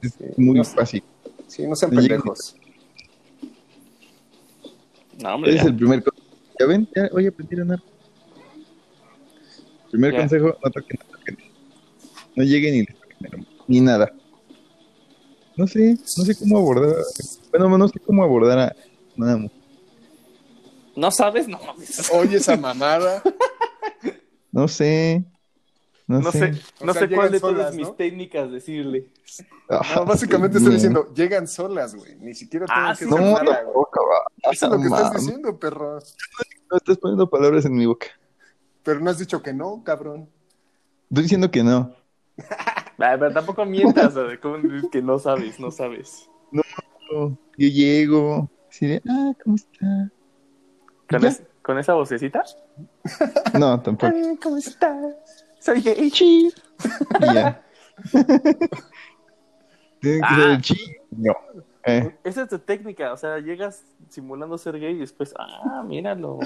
Speaker 3: Es
Speaker 2: Sí,
Speaker 3: muy
Speaker 2: no sé.
Speaker 3: fácil.
Speaker 2: sí, no sean
Speaker 3: Lleguen.
Speaker 2: pendejos.
Speaker 1: No, hombre,
Speaker 3: Eres
Speaker 1: ya.
Speaker 3: el primer consejo. ¿Ya ven? Ya, oye, aprendieron algo. Primer
Speaker 1: Ya.
Speaker 3: consejo, no toquen, no toquen. No lleguen ni les toquen el hombro, Ni nada. No sé, no sé cómo abordar. Bueno, no sé cómo abordar a una mujer.
Speaker 1: no sabes, no mames.
Speaker 2: Oye, esa mamada.
Speaker 3: No sé. No,
Speaker 1: No sé,
Speaker 2: O
Speaker 1: no
Speaker 2: sea,
Speaker 1: sé cuál
Speaker 2: llegan
Speaker 1: de todas
Speaker 2: solas,
Speaker 1: mis
Speaker 2: ¿no?
Speaker 1: técnicas decirle.
Speaker 3: Ah,
Speaker 2: No, básicamente
Speaker 3: sí,
Speaker 2: estoy
Speaker 3: no.
Speaker 2: diciendo, llegan solas, güey. Ni siquiera tienen
Speaker 1: Ah, sí,
Speaker 2: que hacer
Speaker 3: No,
Speaker 2: nada, güey.
Speaker 3: tampoco, va.
Speaker 2: Eso es lo que
Speaker 3: Mamá,
Speaker 2: estás diciendo, perro.
Speaker 3: No estás poniendo palabras en mi boca.
Speaker 2: Pero no has dicho que no, cabrón.
Speaker 3: Estoy diciendo que no.
Speaker 1: La verdad, tampoco mientas, o sea, ¿cómo dices que no sabes, no sabes.
Speaker 3: Yo llego, así de, ah, ¿cómo está?
Speaker 1: ¿Con,
Speaker 3: Ya.
Speaker 1: es- con esa vocecita?
Speaker 3: No, tampoco.
Speaker 1: ¿Cómo estás? Soy gay.
Speaker 3: Y ya. Tiene que
Speaker 1: Ah.
Speaker 3: ser el chi. No. Eh,
Speaker 1: Esa es tu técnica, o sea, llegas simulando ser gay y después, ah, míralo.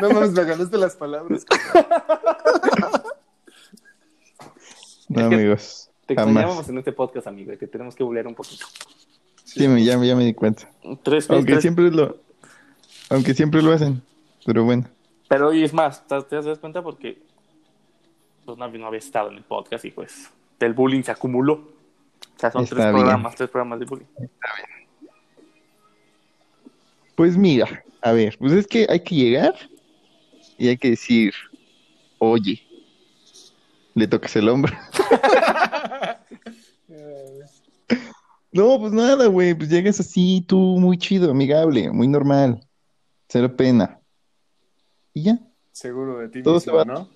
Speaker 2: No mames, me ganaste las palabras.
Speaker 3: no, amigos.
Speaker 1: Te
Speaker 3: Jamás.
Speaker 1: extrañábamos en este podcast, amigo, y te tenemos que bulear un poquito.
Speaker 3: Sí, me- ya, ya me di cuenta.
Speaker 1: Tres veces.
Speaker 3: Aunque siempre lo, aunque siempre lo hacen. Pero bueno.
Speaker 1: Pero hoy es más, ¿te, te das cuenta? Porque pues, no, no había estado en el podcast y pues el bullying se acumuló. O sea, son
Speaker 3: Está
Speaker 1: tres
Speaker 3: bien.
Speaker 1: programas, tres programas de bullying.
Speaker 3: Pues mira, a ver, pues es que hay que llegar y hay que decir, oye, le tocas el hombro. No, pues nada, güey, pues llegas así, tú muy chido, amigable, muy normal, cero pena. Y ya.
Speaker 2: Seguro de ti
Speaker 3: Todo se va.
Speaker 2: mismo, ¿no?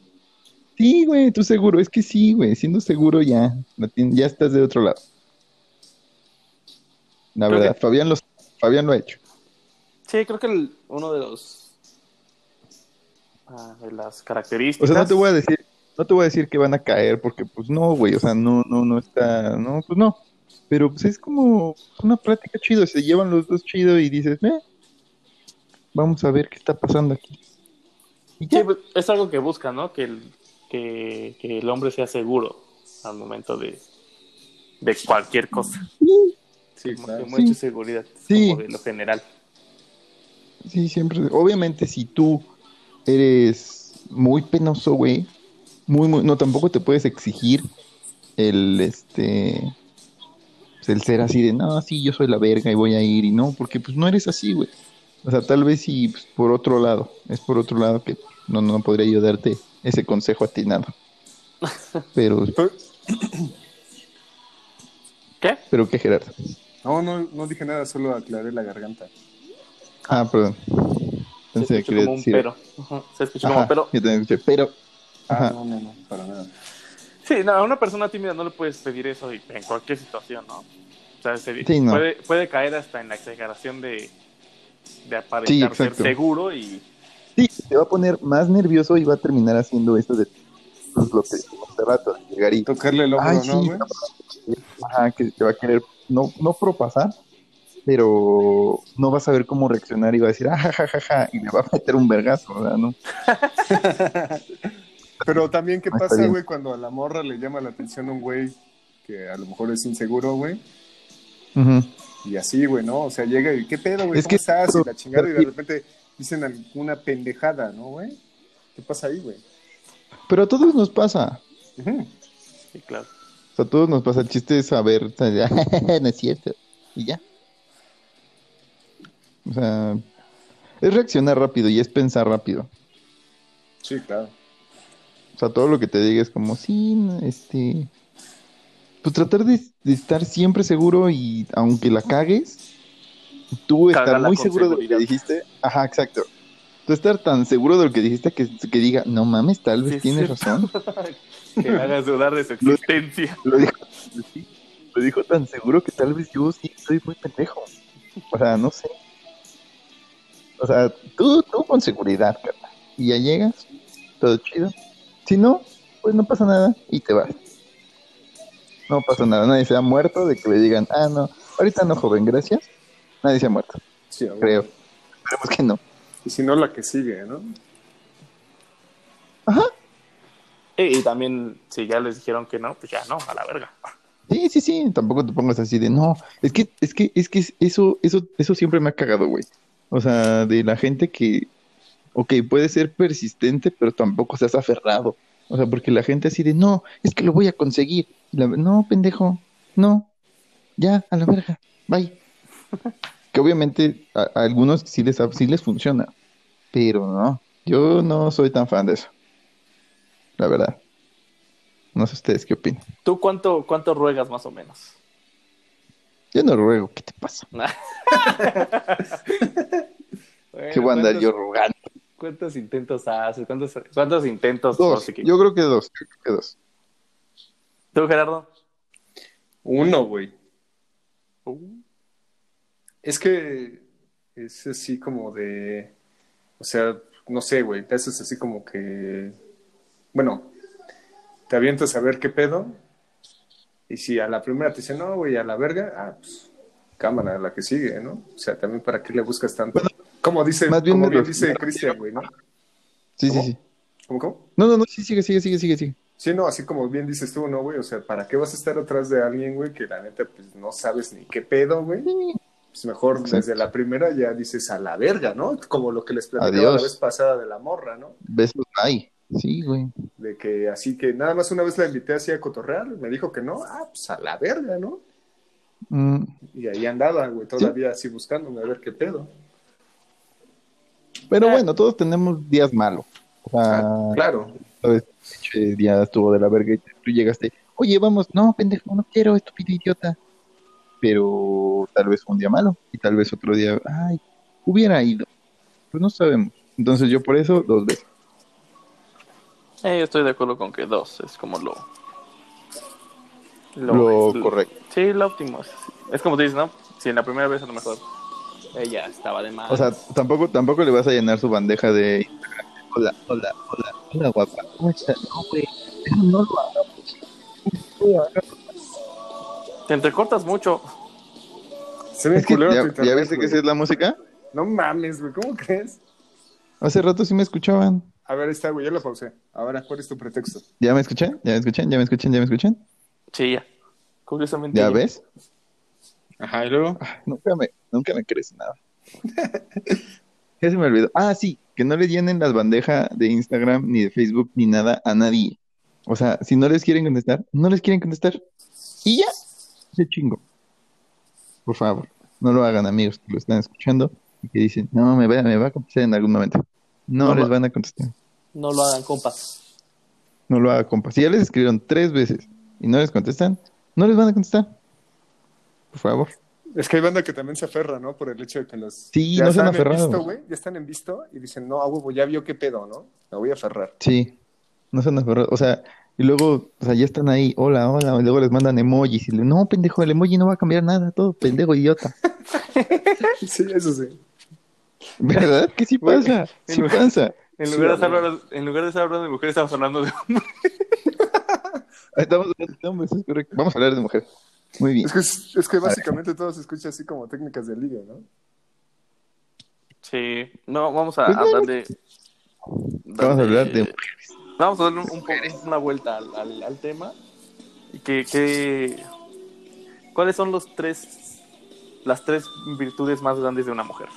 Speaker 3: Sí, güey, tú seguro, es que sí, güey, siendo seguro ya, la tien- ya estás de otro lado. La
Speaker 1: Creo
Speaker 3: verdad,
Speaker 1: que-
Speaker 3: Fabián, los, Fabián lo ha hecho.
Speaker 1: Sí, creo que el- uno de los. ah, de las
Speaker 3: O
Speaker 1: características.
Speaker 3: sea, no te voy a decir, no te voy a decir que van a caer, porque pues no, güey, o sea, no, no, no está, no, pues no. Pero pues es como una plática chido, se llevan los dos chido y dices, eh, vamos a ver qué está pasando aquí. Y
Speaker 1: Sí,
Speaker 3: ya.
Speaker 1: pues, es algo que busca, ¿no? Que el, que, que el hombre sea seguro al momento de, de cualquier cosa.
Speaker 2: Sí,
Speaker 1: Como que
Speaker 2: claro.
Speaker 1: mucha seguridad,
Speaker 3: Sí.
Speaker 1: como de lo general.
Speaker 3: Sí, siempre. Obviamente, si tú eres muy penoso, güey, muy, muy, no, tampoco te puedes exigir el, este, pues, el ser así de, no, sí, yo soy la verga y voy a ir y no, porque pues no eres así, güey. O sea, tal vez si pues, por otro lado, es por otro lado que no, no podría yo darte ese consejo atinado. Pero,
Speaker 2: Pero-
Speaker 1: ¿Qué?
Speaker 3: pero qué, Gerardo.
Speaker 2: No, no, no dije nada, solo aclaré la garganta.
Speaker 3: Ah, perdón.
Speaker 1: Se
Speaker 3: Pensé que
Speaker 1: escuchó
Speaker 3: querías
Speaker 1: como un
Speaker 3: decir-
Speaker 1: pero. Ajá, Se escuchó
Speaker 3: Ajá,
Speaker 1: como pero.
Speaker 3: yo también escuché, pero.
Speaker 2: Ah,
Speaker 3: Ajá.
Speaker 2: no, no, no, para nada.
Speaker 1: Sí, no, a una persona tímida no le puedes pedir eso y- en cualquier situación, ¿no? O sea, se-
Speaker 3: Sí, no.
Speaker 1: puede, puede caer hasta en la exageración de, de
Speaker 3: Sí,
Speaker 1: aparentar ser
Speaker 3: exacto.
Speaker 1: seguro y...
Speaker 3: Sí, te va a poner más nervioso y va a terminar haciendo esto de pues, lo que dijimos hace rato, de llegar y
Speaker 2: Tocarle el hombro,
Speaker 3: Ay,
Speaker 2: ¿no,
Speaker 3: sí,
Speaker 2: güey?
Speaker 3: ajá, que te va a querer no, no propasar, pero no va a saber cómo reaccionar y va a decir, ah, ja, ja, ja, ja", y le va a meter un vergazo, ¿verdad? ¿No?
Speaker 2: Pero también, ¿qué
Speaker 3: Ah, está
Speaker 2: pasa,
Speaker 3: bien.
Speaker 2: güey, cuando a la morra le llama la atención un güey que a lo mejor es inseguro, güey?
Speaker 3: Ujú.
Speaker 2: Y así, güey, ¿no? O sea, llega y, ¿qué pedo, güey?
Speaker 3: Es
Speaker 2: ¿Cómo
Speaker 3: que-
Speaker 2: estás? Y la chingada, y de repente dicen alguna pendejada, ¿no, güey? ¿Qué pasa ahí, güey?
Speaker 3: Pero a todos nos pasa,
Speaker 2: Ujú.
Speaker 1: Sí, claro.
Speaker 3: o sea, a todos nos pasa, el chiste es saber, o sea, de, "Ah, no es cierto, y ya. O sea, es reaccionar rápido y es pensar rápido.
Speaker 2: Sí, claro.
Speaker 3: O sea, todo lo que te diga es como, sí, este. Pues tratar de, de estar siempre seguro y aunque la cagues, tú estar
Speaker 1: Cágala
Speaker 3: muy
Speaker 1: con
Speaker 3: seguro de lo que
Speaker 1: seguridad.
Speaker 3: dijiste. Ajá, exacto. Tú estar tan seguro de lo que dijiste que, que diga, no mames, tal vez
Speaker 1: Sí,
Speaker 3: tienes
Speaker 1: sí.
Speaker 3: razón.
Speaker 1: Que me hagas dudar de su existencia.
Speaker 3: Lo dijo, sí, lo dijo tan seguro que tal vez yo sí soy muy pendejo. O sea, no sé. O sea, tú, tú con seguridad, carnal. Y ya llegas, todo chido. Si no, pues no pasa nada y te vas. No pasa nada, nadie se ha muerto de que le digan, ah, no, ahorita no, joven, gracias. Nadie se ha muerto,
Speaker 2: Sí, a huevo.
Speaker 3: creo. Esperemos que no.
Speaker 2: Y si no, la que sigue, ¿no?
Speaker 3: Ajá.
Speaker 1: Eh, Y, y también, si ya les dijeron que no, pues ya no, a la verga.
Speaker 3: Sí, sí, sí, tampoco te pongas así de no, es que, es que, es que eso, eso, eso siempre me ha cagado, güey. O sea, de la gente que, ok, puede ser persistente, pero tampoco seas aferrado. O sea, porque la gente así de no, es que lo voy a conseguir. Y la- no, pendejo, no, ya, a la verga, bye. que obviamente a, a algunos sí les, sí les funciona, pero no, yo no soy tan fan de eso. La verdad. No sé ustedes qué opinan.
Speaker 1: ¿Tú cuánto, cuánto ruegas más o menos?
Speaker 3: Yo no ruego, ¿qué te pasa? ¿Qué voy a andar yo rogando?
Speaker 1: ¿Cuántos intentos haces? ¿Cuántos, cuántos intentos? por
Speaker 3: Dos,
Speaker 1: si que-
Speaker 3: yo creo que dos, yo creo que dos.
Speaker 1: ¿Tú, Gerardo?
Speaker 2: Uno, güey.
Speaker 1: Uh,
Speaker 2: Es que es así como de. O sea, no sé, güey. Te haces así como que. Bueno, te avientas a ver qué pedo. Y si a la primera te dicen, no, güey, a la verga, ah, pues cámara, la que sigue, ¿no? O sea, también para qué le buscas tanto. como dice,
Speaker 3: más bien
Speaker 2: como
Speaker 3: me
Speaker 2: bien
Speaker 3: refiero-
Speaker 2: dice Cristian, güey, ¿no?
Speaker 3: Sí,
Speaker 2: ¿Cómo?
Speaker 3: sí, sí.
Speaker 2: ¿Cómo, cómo?
Speaker 3: No, no, no, sí, sigue, sigue, sigue, sigue, sigue.
Speaker 2: Sí, no, así como bien dices tú, ¿no, güey? O sea, ¿para qué vas a estar atrás de alguien, güey, que la neta, pues no sabes ni qué pedo, güey? pues mejor
Speaker 3: Exacto.
Speaker 2: desde la primera ya dices a la verga, ¿no? Como lo que les platicaba
Speaker 3: Adiós.
Speaker 2: la vez pasada de la morra, ¿no?
Speaker 3: Besos hay. Sí, güey.
Speaker 2: De que así que nada más una vez la invité así a cotorrear, me dijo que no, ah, pues a la verga, ¿no?
Speaker 3: Mm,
Speaker 2: Y ahí andaba, güey, todavía así buscándome a ver qué pedo.
Speaker 3: Pero bueno, todos tenemos días malos. O
Speaker 2: Ah,
Speaker 3: sea,
Speaker 2: claro.
Speaker 3: pinche día estuvo de la verga y tú llegaste. Oye, vamos, no, pendejo, no quiero, estúpido idiota. Pero tal vez fue un día malo y tal vez otro día, ay, hubiera ido. Pues no sabemos. Entonces yo por eso dos veces.
Speaker 1: eh, yo estoy de acuerdo con que dos es como lo...
Speaker 3: Lo correcto.
Speaker 1: Sí, lo óptimo. Es, es como tú dices, ¿no? Si en la primera vez a lo mejor ella estaba de más.
Speaker 3: O sea, tampoco, tampoco le vas a llenar su bandeja de Instagram. Hola, hola, hola, hola, guapa. ¿Cómo estás? No, güey. Eso no lo hagamos. No lo hagamos.
Speaker 1: te entrecortas mucho.
Speaker 2: Se me
Speaker 3: Es que
Speaker 2: culero tu
Speaker 3: ya,
Speaker 2: internet,
Speaker 3: ¿ya viste que
Speaker 2: güey.
Speaker 3: esa es la música?
Speaker 2: No mames, güey, ¿cómo crees?
Speaker 3: Hace rato sí me escuchaban.
Speaker 2: A ver, ahí está, güey, ya la pausé. Ahora, ¿cuál es tu pretexto?
Speaker 3: ¿Ya me escuchan? ¿Ya me escuchan? ¿Ya me escuchan? ¿Ya me escuchan?
Speaker 1: Sí, ya. Curiosamente.
Speaker 3: ¿Ya ves?
Speaker 2: Ajá, y luego.
Speaker 3: Nunca me, nunca me crees nada. ya se me olvidó. Ah, sí, que no le llenen las bandejas de Instagram, ni de Facebook, ni nada a nadie. O sea, si no les quieren contestar, no les quieren contestar. Y ya, se chingo. Por favor, no lo hagan, amigos que lo están escuchando y que dicen, no, me va, me va a contestar en algún momento. No,
Speaker 1: No
Speaker 3: les
Speaker 1: va-
Speaker 3: van a contestar.
Speaker 1: No lo hagan, compas.
Speaker 3: No lo hagan, compa. Si ya les escribieron tres veces y no les contestan, no les van a contestar. Por favor.
Speaker 2: Es que hay banda que también se aferra, ¿no? Por el hecho de que los.
Speaker 3: Sí, no se
Speaker 2: están
Speaker 3: han
Speaker 2: en
Speaker 3: aferrado.
Speaker 2: visto, güey, ya están en visto y dicen, no, a huevo, ya vio qué pedo, ¿no? Me voy a aferrar.
Speaker 3: Sí, no son aferrados. O sea, y luego, o sea, ya están ahí, hola, hola, y luego les mandan emojis. Y le, no, pendejo, el emoji no va a cambiar nada, todo pendejo idiota.
Speaker 2: Sí, eso sí.
Speaker 3: ¿Verdad? Que sí pasa, sí
Speaker 1: Bueno,
Speaker 3: pasa.
Speaker 1: En
Speaker 2: Sí,
Speaker 1: lugar, de
Speaker 2: a
Speaker 1: estar
Speaker 2: ver.
Speaker 1: hablando- en lugar de estar hablando de mujeres, estamos hablando de
Speaker 3: Estamos hablando de hombres, es correcto. Vamos a hablar de mujeres. Muy bien.
Speaker 2: Es que, es, es que básicamente todo se escucha así como técnicas de liga, ¿no?
Speaker 1: Sí, no, vamos a,
Speaker 3: Pues
Speaker 1: a
Speaker 3: bueno.
Speaker 1: darle,
Speaker 3: Vamos a hablar de
Speaker 1: darle- Vamos a darle un, un po- una vuelta al, al- al tema. Y que, que- ¿Cuáles son los tres, las tres virtudes más grandes de una mujer?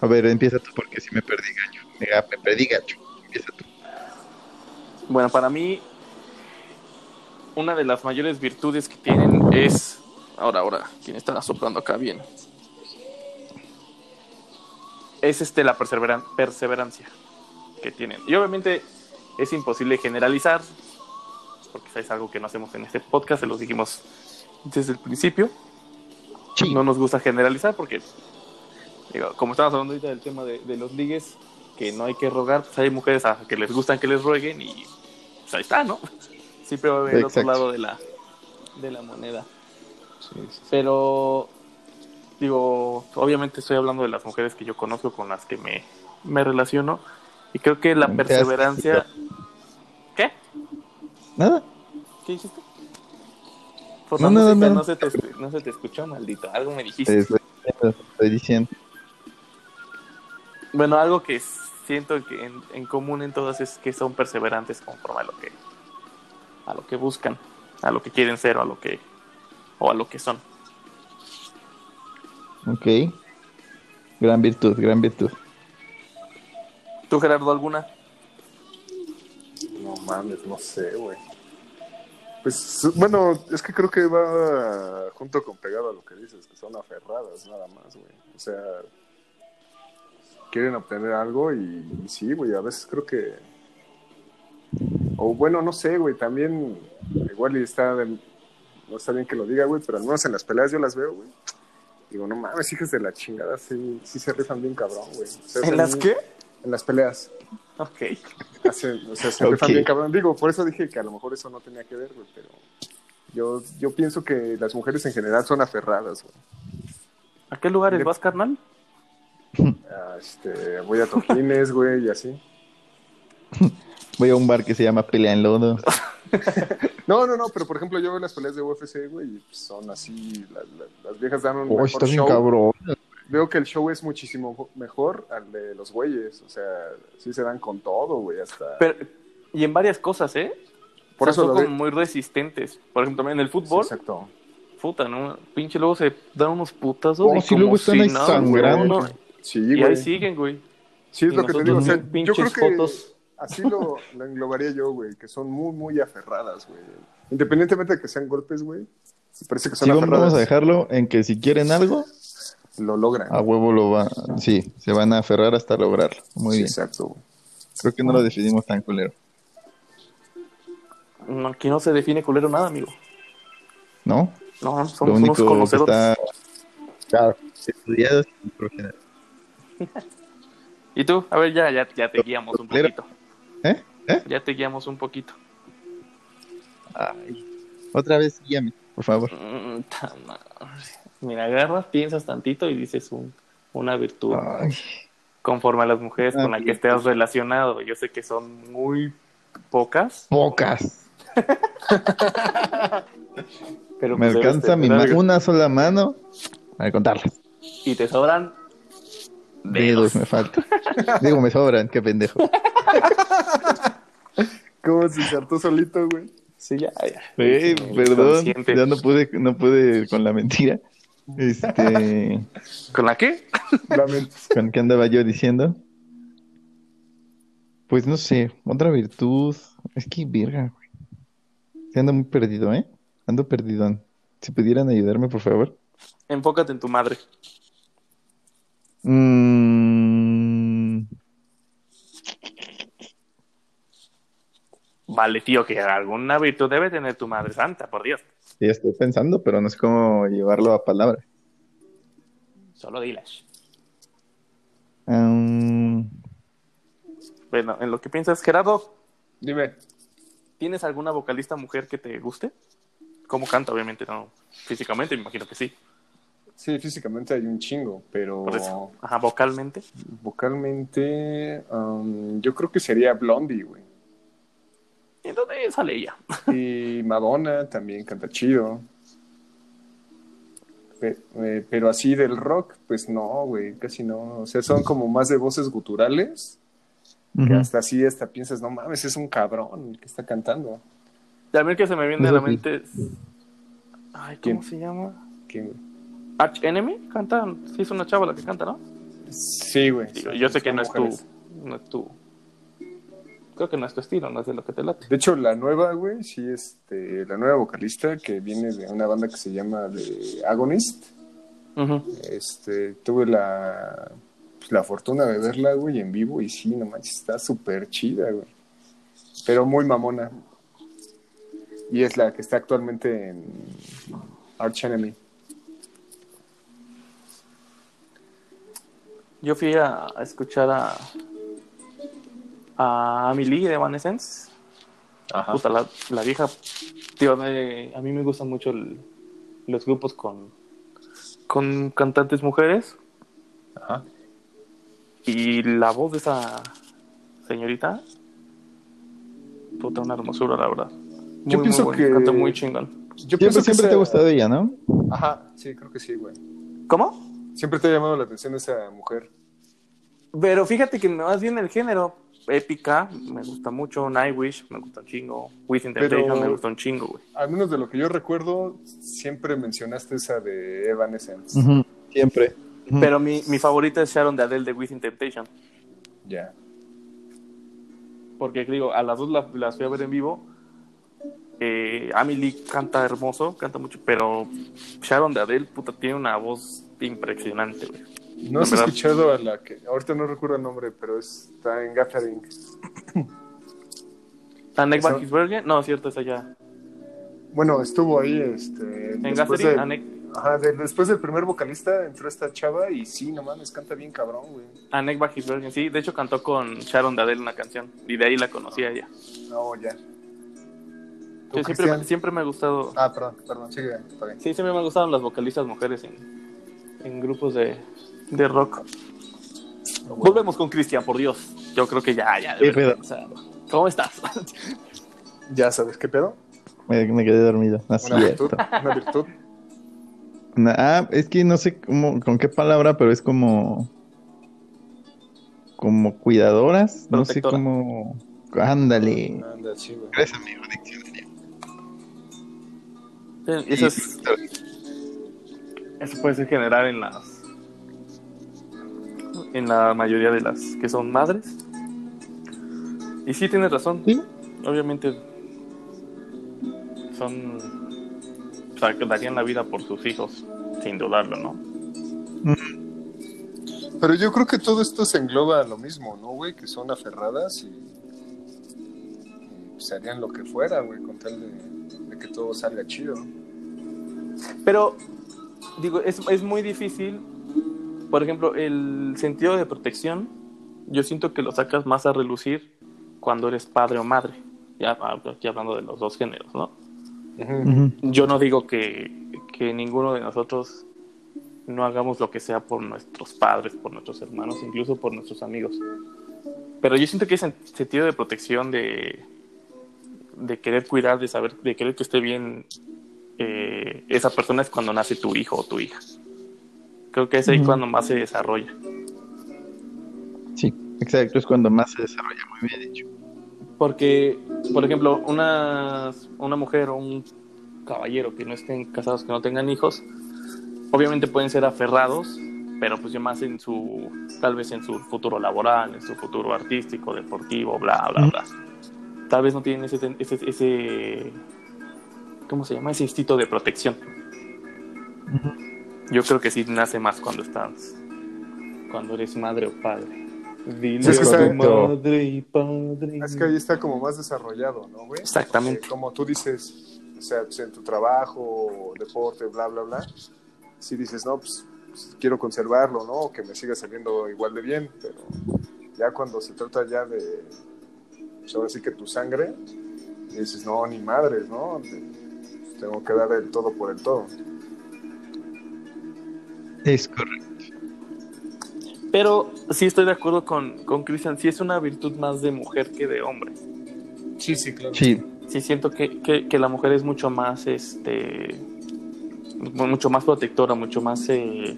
Speaker 3: A ver, empieza tú, porque si me perdí gacho. Mira, me perdí gacho. Empieza tú.
Speaker 1: Bueno, para mí, una de las mayores virtudes que tienen es... Ahora, ahora, ¿quién está soplando acá bien? Es este la perseveran- perseverancia que tienen. Y obviamente es imposible generalizar, porque es algo que no hacemos en este podcast, se los dijimos desde el principio.
Speaker 3: Sí.
Speaker 1: no nos gusta generalizar porque, digo, como estamos hablando ahorita del tema de, de los ligues, que no hay que rogar, pues hay mujeres a que les gustan que les rueguen y pues ahí está, ¿no? Siempre va a haber el otro
Speaker 3: Exacto.
Speaker 1: lado de la, de la moneda.
Speaker 3: Sí, sí.
Speaker 1: Pero, digo, obviamente estoy hablando de las mujeres que yo conozco, con las que me, me relaciono, y creo que la
Speaker 3: Te has
Speaker 1: perseverancia... ¿Qué?
Speaker 3: Nada.
Speaker 1: ¿Qué dijiste? No,
Speaker 3: No,
Speaker 1: no,
Speaker 3: no, no.
Speaker 1: no, se te, escu- no se te escuchó, maldito. Algo me dijiste.
Speaker 3: Te estoy diciendo, te estoy diciendo.
Speaker 1: Bueno, algo que siento que en, en común en todas es que son perseverantes conforme a lo que a lo que buscan, a lo que quieren ser, o a lo que o a lo que son.
Speaker 3: Ok. Gran virtud, gran virtud.
Speaker 1: ¿Tú Gerardo alguna?
Speaker 2: No mames, no sé, güey. Pues bueno, es que creo que va junto con pegado a lo que dices, que son aferradas nada más, güey. O sea, quieren obtener algo y, y sí, güey, a veces creo que... O bueno, no sé, güey, también igual y está... de- No está bien que lo diga, güey, pero al menos en las peleas yo las veo, güey. Digo, no mames, hijas de la chingada, sí, sí se rifan bien cabrón, güey. O sea, hacen- En las peleas.
Speaker 1: Ok.
Speaker 2: Hacen- o sea, se
Speaker 3: Ok.
Speaker 2: rifan bien cabrón. Digo, por eso dije que a lo mejor eso no tenía que ver, güey, pero yo, yo pienso que las mujeres en general son aferradas, güey.
Speaker 1: ¿A qué lugares
Speaker 2: Yo-
Speaker 1: vas, carnal?
Speaker 2: Ah, este, voy a toquines, güey, y así.
Speaker 3: Voy a un bar que se llama Pelea en Lodo.
Speaker 2: No, no, no, pero por ejemplo yo veo las peleas de UFC, güey, y pues, son así, la- la- las viejas dan un
Speaker 3: Oh,
Speaker 2: mejor
Speaker 3: está bien
Speaker 2: show.
Speaker 3: cabrón.
Speaker 2: Veo que el show es muchísimo mejor al de los güeyes, o sea, sí se dan con todo, güey, hasta...
Speaker 1: Pero- y en varias cosas, ¿eh?
Speaker 2: por
Speaker 1: O sea,
Speaker 2: eso lo
Speaker 1: son
Speaker 2: veo-
Speaker 1: como muy resistentes. Por ejemplo, en el fútbol,
Speaker 2: Sí, exacto.
Speaker 1: puta, ¿no? Pinche luego se dan unos putazos
Speaker 3: Oh,
Speaker 1: y
Speaker 3: sí,
Speaker 1: como
Speaker 3: luego están
Speaker 1: si
Speaker 3: ahí
Speaker 1: nada,
Speaker 3: sangrando.
Speaker 1: güey.
Speaker 2: Sí,
Speaker 1: Y
Speaker 2: güey.
Speaker 1: ahí
Speaker 2: Sí,
Speaker 1: siguen, güey.
Speaker 2: es
Speaker 1: Y
Speaker 2: lo que te
Speaker 1: nosotros
Speaker 2: digo, o sea,
Speaker 1: mil
Speaker 2: yo creo
Speaker 1: pinches
Speaker 2: que...
Speaker 1: fotos.
Speaker 2: Así lo, lo englobaría yo, güey, que son muy, muy aferradas, güey. Independientemente de que sean golpes, güey, me parece que son
Speaker 3: Sí, vamos-
Speaker 2: aferradas.
Speaker 3: vamos a dejarlo en que si quieren algo,
Speaker 2: Lo logran.
Speaker 3: a huevo lo va. Sí, se van a aferrar hasta lograrlo. Muy
Speaker 2: Sí,
Speaker 3: bien.
Speaker 2: Exacto, güey.
Speaker 3: Creo que no lo decidimos tan culero.
Speaker 1: No, aquí no se define culero nada, amigo.
Speaker 3: ¿No?
Speaker 1: No,
Speaker 3: Lo
Speaker 1: somos unos
Speaker 3: único que
Speaker 1: conocedores.
Speaker 3: está. Claro. Estudiado y profesional.
Speaker 1: ¿Y tú? A ver, ya, ya, ya te guiamos un
Speaker 3: Culero.
Speaker 1: poquito.
Speaker 3: ¿Eh? ¿Eh?
Speaker 1: Ya te guiamos un poquito.
Speaker 3: Ay. Otra vez, guíame, por favor.
Speaker 1: Mm, ta madre. Mira, agarras, piensas tantito y dices un- una virtud
Speaker 3: Ay.
Speaker 1: conforme a las mujeres
Speaker 3: Ah,
Speaker 1: con las que
Speaker 3: bien.
Speaker 1: estés relacionado. Yo sé que son muy pocas,
Speaker 3: Pocas.
Speaker 1: pero
Speaker 3: Me
Speaker 1: pues debes
Speaker 3: alcanza mi
Speaker 1: tener
Speaker 3: ma-
Speaker 1: algo.
Speaker 3: una sola mano para contarlas.
Speaker 1: Y te sobran
Speaker 3: Dedos me faltan. Digo, me sobran, qué pendejo.
Speaker 2: ¿Cómo se insertó solito, güey?
Speaker 1: Sí, ya, ya.
Speaker 3: Güey,
Speaker 1: Sí,
Speaker 3: perdón,
Speaker 1: consciente.
Speaker 3: ya no pude, no pude con la mentira. Este,
Speaker 1: ¿Con la qué?
Speaker 2: Lamento.
Speaker 3: ¿con qué andaba yo diciendo? Pues no sé, otra virtud. Es que virga, güey. Sí, ando muy perdido, ¿eh? Ando perdidón. Si pudieran ayudarme, por favor.
Speaker 1: Enfócate en tu madre.
Speaker 3: Mm,
Speaker 1: Vale, tío, que alguna virtud debe tener tu madre santa, por Dios.
Speaker 3: ya estoy pensando, pero no sé cómo llevarlo a palabras.
Speaker 1: Solo dilas.
Speaker 3: Um,
Speaker 1: Bueno, en lo que piensas, Gerardo,
Speaker 2: Dime.
Speaker 1: ¿Tienes alguna vocalista mujer que te guste? ¿Cómo canta? Obviamente no. Físicamente, me imagino que sí.
Speaker 2: Sí, físicamente hay un chingo, pero
Speaker 1: Por eso. Ajá, vocalmente.
Speaker 2: vocalmente um, yo creo que sería Blondie, güey.
Speaker 1: ¿Y dónde sale ella?
Speaker 2: Y Madonna también canta chido. Pe- eh, Pero así del rock, pues no, güey, casi no. O sea, son como más de voces guturales. Que
Speaker 3: ujú.
Speaker 2: hasta así, hasta piensas, no mames, es un cabrón el que está cantando.
Speaker 1: También que se me viene a la
Speaker 3: Eso sí.
Speaker 1: mente. es- Ay, ¿cómo
Speaker 2: ¿Quién?
Speaker 1: se llama?
Speaker 2: Que-
Speaker 1: Arch Enemy canta. Sí, es una chava la que canta, ¿no?
Speaker 2: Sí, güey.
Speaker 1: Digo, yo sé que
Speaker 2: Son
Speaker 1: no es tu.
Speaker 2: mujeres.
Speaker 1: No es tu. Creo que no es tu estilo, no es de lo que te late.
Speaker 2: De hecho, la nueva, güey, sí, este, la nueva vocalista que viene de una banda que se llama The Agonist.
Speaker 1: Ujú.
Speaker 2: Este, tuve la, pues, la fortuna de verla, güey, en vivo y sí, no manches, está súper chida, güey. Pero muy mamona. Y es la que está actualmente en Arch Enemy.
Speaker 1: Yo fui a, a escuchar a. a Amy Lee de Evanescence.
Speaker 5: Ajá.
Speaker 1: Puta, la, la vieja. Tío, me- a mí me gustan mucho el- los grupos con. con cantantes mujeres.
Speaker 5: Ajá.
Speaker 1: Y la voz de esa señorita. Puta, una hermosura, la verdad. Muy,
Speaker 2: Yo pienso
Speaker 1: muy
Speaker 2: que-
Speaker 1: Canta muy chingón.
Speaker 2: Yo
Speaker 3: Siempre,
Speaker 2: pienso que
Speaker 3: siempre te
Speaker 2: esa-
Speaker 3: ha gustado ella, ¿no?
Speaker 2: Ajá, sí, creo que sí, güey.
Speaker 1: ¿Cómo?
Speaker 2: Siempre te ha llamado la atención esa mujer.
Speaker 1: Pero fíjate que más bien el género épica me gusta mucho, Nightwish me gusta un chingo, Within
Speaker 2: Pero-
Speaker 1: Temptation me gusta un chingo, güey.
Speaker 2: Al menos de lo que yo recuerdo, siempre mencionaste esa de Evanescence.
Speaker 3: Siempre.
Speaker 1: Pero mi, mi favorita es Sharon de Adele de Within Temptation,
Speaker 2: Ya.
Speaker 1: porque digo, a las dos la- las, fui a ver en vivo. Eh, Amy Lee canta hermoso, canta mucho, pero Sharon de Adele, puta, tiene una voz impresionante, güey.
Speaker 2: ¿No has
Speaker 1: La verdad.
Speaker 2: escuchado a la que... Ahorita no recuerdo el nombre, pero está en Gathering.
Speaker 1: Annette
Speaker 2: Esa-
Speaker 1: Bergen, no, es cierto, es allá.
Speaker 2: Bueno, estuvo ahí, este...
Speaker 1: En
Speaker 2: después
Speaker 1: Gathering, Ah,
Speaker 2: de-
Speaker 1: Annette-
Speaker 2: Ajá, de- después del primer vocalista entró esta chava y sí, no mames, canta bien cabrón, güey.
Speaker 1: Annette Bergen, sí, de hecho cantó con Sharon de Adele una canción, y de ahí la conocí a ella.
Speaker 2: No, ya.
Speaker 1: Yo
Speaker 2: ¿Tú,
Speaker 1: siempre, me-
Speaker 2: Cristian?
Speaker 1: siempre me ha gustado.
Speaker 2: Ah, perdón, perdón, sigue, está bien.
Speaker 1: Sí, siempre me han gustado las vocalistas mujeres en, en grupos de, de rock. Volvemos con Cristian, por Dios. Yo creo que ya, ya. de
Speaker 3: ¿Qué
Speaker 1: verdad,
Speaker 3: pedo?
Speaker 1: o sea, ¿Cómo estás?
Speaker 2: Ya sabes qué pedo.
Speaker 3: Me, me quedé dormido. No es
Speaker 2: Una virtud,
Speaker 3: cierto.
Speaker 2: una virtud.
Speaker 3: Na- ah, es que no sé cómo, con qué palabra, pero es como. Como cuidadoras. No sé
Speaker 1: Protectora.
Speaker 3: cómo. Ándale.
Speaker 2: Anda, sí, güey.
Speaker 3: Gracias, amigo. diccionario.
Speaker 1: Eso, es- eso puede ser general en las. En la mayoría de las que son madres. Y sí, tienes razón.
Speaker 3: Sí.
Speaker 1: Obviamente. Son. O sea, que darían la vida por sus hijos, sin dudarlo, ¿no?
Speaker 2: Pero yo creo que todo esto se engloba a lo mismo, ¿no, güey? Que son aferradas y, y, pues, harían lo que fuera, güey, con tal de, de que todo salga chido.
Speaker 1: Pero, digo, es, es muy difícil. Por ejemplo, el sentido de protección, yo siento que lo sacas más a relucir cuando eres padre o madre. Ya aquí hablando de los dos géneros, ¿no?
Speaker 3: Ujú.
Speaker 1: Yo no digo que, que ninguno de nosotros no hagamos lo que sea por nuestros padres, por nuestros hermanos, incluso por nuestros amigos. Pero yo siento que ese sentido de protección, de, de querer cuidar, de saber, de querer que esté bien eh, esa persona es cuando nace tu hijo o tu hija. Creo que es ahí
Speaker 3: Ujú.
Speaker 1: cuando más se desarrolla.
Speaker 3: Sí, exacto. Es cuando más se desarrolla. Muy bien dicho.
Speaker 1: Porque, por ejemplo, una, una mujer o un caballero que no estén casados, que no tengan hijos, obviamente pueden ser aferrados, pero pues ya más en su, tal vez en su futuro laboral, en su futuro artístico, deportivo, bla, bla,
Speaker 3: Ujú.
Speaker 1: bla. Tal vez no tienen ese, ten- ese, ese, ¿cómo se llama? Ese instinto de protección.
Speaker 3: Ujú.
Speaker 1: Yo creo que sí nace más cuando estás, cuando eres madre o padre. Dile
Speaker 2: Es que
Speaker 1: a tu
Speaker 2: sabe-
Speaker 1: madre y padre.
Speaker 2: Es que ahí está como más desarrollado, ¿no, güey?
Speaker 1: Exactamente.
Speaker 2: Porque Eh, como tú dices, o sea, pues, en tu trabajo, deporte, bla, bla, bla, si dices, no, pues, pues, quiero conservarlo, ¿no? Que me siga saliendo igual de bien, pero ya cuando se trata ya de, pues ahora sí que tu sangre, y dices, no, ni madres, ¿no? Te- Tengo que dar el todo por el todo.
Speaker 3: Es correcto.
Speaker 1: Pero sí estoy de acuerdo con, con Cristian, sí es una virtud más de mujer que de hombre.
Speaker 2: Sí, sí, claro.
Speaker 3: Sí.
Speaker 1: Sí siento que, que- que la mujer es mucho más, este, mu- mucho más protectora, mucho más eh,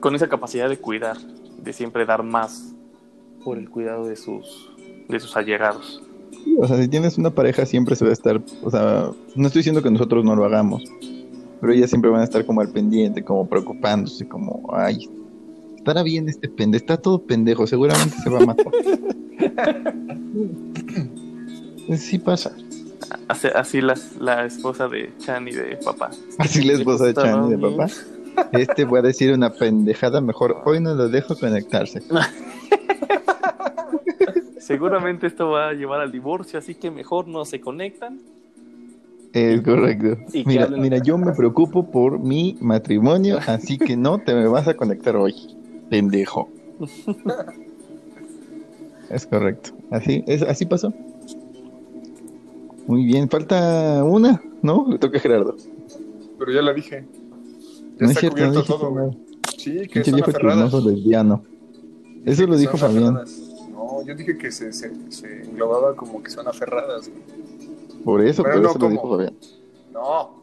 Speaker 1: con esa capacidad de cuidar, de siempre dar más por el cuidado de sus, de sus allegados.
Speaker 3: O sea, si tienes una pareja siempre se va a estar, o sea, no estoy diciendo que nosotros no lo hagamos, pero ellas siempre van a estar como al pendiente, como preocupándose, como, ay, estará bien este pendejo, está todo pendejo, seguramente se va a matar. sí pasa.
Speaker 1: Así, así las, la esposa de Chan y de papá.
Speaker 3: Así les vas a
Speaker 1: Estaba
Speaker 3: Chan de
Speaker 1: bien.
Speaker 3: papá. Este voy a decir una pendejada, mejor hoy no lo dejo conectarse.
Speaker 1: Seguramente esto va a llevar al divorcio, así que mejor no se conectan.
Speaker 3: Es correcto.
Speaker 1: Y que
Speaker 3: Mira,
Speaker 1: hablen-
Speaker 3: mira, yo me preocupo por mi matrimonio, así que no te me vas a conectar hoy. pendejo. es correcto. Así, es, así pasó. Muy bien, falta una, ¿no? Le toca a Gerardo.
Speaker 2: Pero ya la dije. Ya
Speaker 3: no
Speaker 2: está
Speaker 3: no
Speaker 2: cubierto
Speaker 3: dijiste
Speaker 2: todo,
Speaker 3: nada.
Speaker 2: güey. Sí, que
Speaker 3: Pinche
Speaker 2: son
Speaker 3: viejo
Speaker 2: aferradas.
Speaker 3: chismoso lesbiano.
Speaker 2: Dije
Speaker 3: Eso lo
Speaker 2: que
Speaker 3: dijo
Speaker 2: son
Speaker 3: Fabián.
Speaker 2: aferradas. No, yo dije que se, se, se englobaba como que son aferradas, güey.
Speaker 3: Por eso,
Speaker 2: Pero
Speaker 3: pero
Speaker 2: no,
Speaker 3: eso
Speaker 2: ¿cómo?
Speaker 3: lo dijo Fabián.
Speaker 2: No.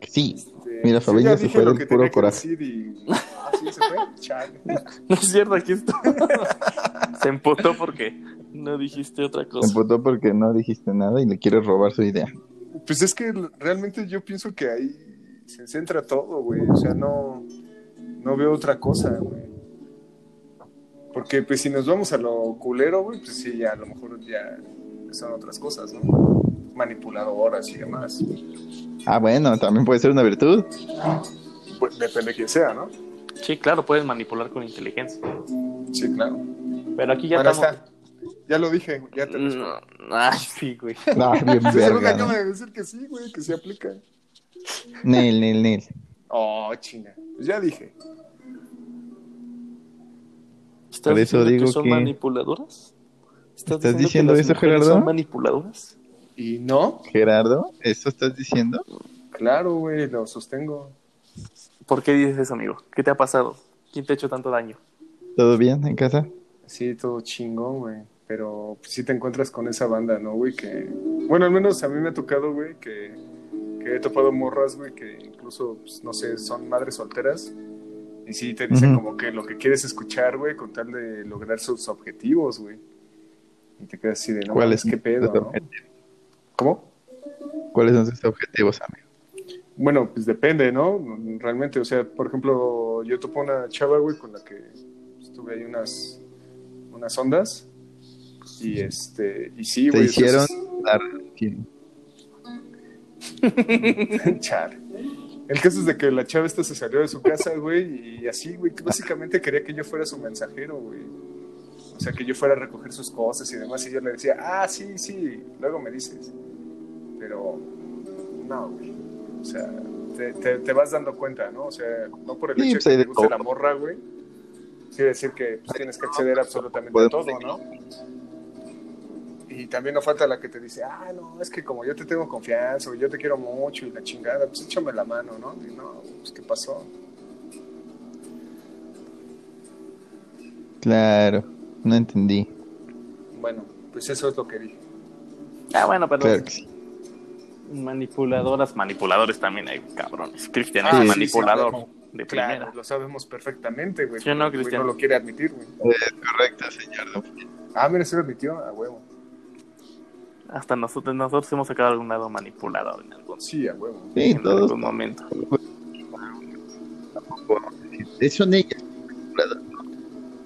Speaker 3: Que Sí,
Speaker 2: este,
Speaker 3: Mira,
Speaker 2: sí,
Speaker 3: Fabián ya se
Speaker 2: dije
Speaker 3: fue
Speaker 2: lo
Speaker 3: del
Speaker 2: que
Speaker 3: puro
Speaker 2: tenía que
Speaker 3: coraje.
Speaker 2: decir y- Ah, sí, se fue. Chale.
Speaker 1: No es cierto, aquí está. Se empotó porque no dijiste otra
Speaker 3: se
Speaker 1: cosa.
Speaker 3: emputó porque no dijiste nada y le quieres robar su idea.
Speaker 2: Pues es que l- realmente yo pienso que ahí se centra todo, güey. O sea, no, no veo otra cosa, güey. Porque pues si nos vamos a lo culero, güey, pues sí, ya a lo mejor ya son otras cosas, ¿no? Manipuladoras y demás.
Speaker 3: Ah, bueno, también puede ser una virtud.
Speaker 2: Pues, depende de quién sea, ¿no?
Speaker 1: Sí, claro, puedes manipular con inteligencia.
Speaker 2: Sí, claro.
Speaker 1: Pero aquí ya
Speaker 2: bueno, ahí
Speaker 1: estamos.
Speaker 2: está. Ya lo dije, ya te lo dije.
Speaker 1: No, Ay, sí, güey.
Speaker 3: Ah, bien
Speaker 2: Pues, Esa no me
Speaker 3: verga.
Speaker 2: acaba
Speaker 3: ¿no?
Speaker 2: de decir que sí, güey, que se aplica.
Speaker 3: Nel, Nel, Nel.
Speaker 2: Oh, chinga. Pues ya dije.
Speaker 1: ¿Estás
Speaker 3: Por eso
Speaker 1: diciendo
Speaker 3: digo
Speaker 1: que son
Speaker 3: que-
Speaker 1: manipuladoras?
Speaker 3: ¿Estás diciendo
Speaker 1: que las
Speaker 3: eso,
Speaker 1: mujeres
Speaker 3: Gerardo?
Speaker 1: ¿Son manipuladoras?
Speaker 2: ¿Y no?
Speaker 3: Gerardo, ¿eso estás diciendo?
Speaker 2: Claro, güey, lo sostengo.
Speaker 1: ¿Por qué dices eso, amigo? ¿Qué te ha pasado? ¿Quién te ha hecho tanto daño?
Speaker 3: ¿Todo bien en casa?
Speaker 2: Sí, todo chingón, güey. Pero si te encuentras con esa banda, ¿no, güey? Que... Bueno, al menos a mí me ha tocado, güey, que, que he topado morras, güey, que incluso, pues, no sé, son madres solteras. Y sí, te dicen
Speaker 3: Ujú.
Speaker 2: como que lo que quieres escuchar, güey, con tal de lograr sus objetivos, güey. Y te quedas así de, no,
Speaker 3: ¿Cuáles
Speaker 2: ¿cuál es
Speaker 3: son
Speaker 2: qué pedo,
Speaker 3: tus
Speaker 2: ¿no?
Speaker 3: objetivos?
Speaker 2: ¿Cómo?
Speaker 3: ¿Cuáles son sus objetivos, amigo?
Speaker 2: Bueno, pues depende, ¿no? Realmente, o sea, por ejemplo, yo topo una chava, güey, con la que estuve ahí unas, unas ondas. Y este, y sí,
Speaker 3: Te
Speaker 2: güey. o sea,
Speaker 3: hicieron
Speaker 2: es-
Speaker 3: dar- ¿Quién?
Speaker 2: Chale. El caso es de que la chava esta se salió de su casa, güey, y así, güey, que básicamente quería que yo fuera su mensajero, güey. O sea, que yo fuera a recoger sus cosas y demás, y yo le decía, ah, sí, sí, luego me dices. Pero, no, güey. O sea, te, te- te vas dando cuenta, ¿no? O sea, no por el
Speaker 3: Sí,
Speaker 2: hecho
Speaker 3: pues
Speaker 2: de
Speaker 3: hay
Speaker 2: que te
Speaker 3: de
Speaker 2: guste
Speaker 3: todo.
Speaker 2: la morra, güey. Quiere decir que pues, tienes que acceder absolutamente a
Speaker 3: Podemos
Speaker 2: todo, ¿no? Y también no falta la que te dice, ah, no, es que como yo te tengo confianza, o yo te quiero mucho y la chingada, pues échame la mano, ¿no? Y no, pues ¿qué pasó?
Speaker 3: Claro, no entendí.
Speaker 2: Bueno, pues eso es lo que dije.
Speaker 1: Ah, bueno, pero
Speaker 3: Claro que sí.
Speaker 1: manipuladoras, manipuladores también hay, cabrones. Cristian
Speaker 2: Ah,
Speaker 1: es
Speaker 2: sí,
Speaker 1: manipulador
Speaker 2: sí,
Speaker 1: de
Speaker 2: Claro,
Speaker 1: primera.
Speaker 2: lo sabemos perfectamente, güey.
Speaker 1: ¿Sí o
Speaker 2: pero
Speaker 1: no,
Speaker 2: el güey
Speaker 1: Cristian?
Speaker 2: no lo quiere admitir, güey.
Speaker 3: Correcto, señor.
Speaker 2: Ah, mira, se lo admitió, a huevo.
Speaker 1: Hasta nosotros, nosotros hemos sacado algún lado manipulador en algún,
Speaker 2: Sí, a huevo.
Speaker 3: Sí,
Speaker 1: en
Speaker 3: todos.
Speaker 1: algún momento.
Speaker 3: Eso nega.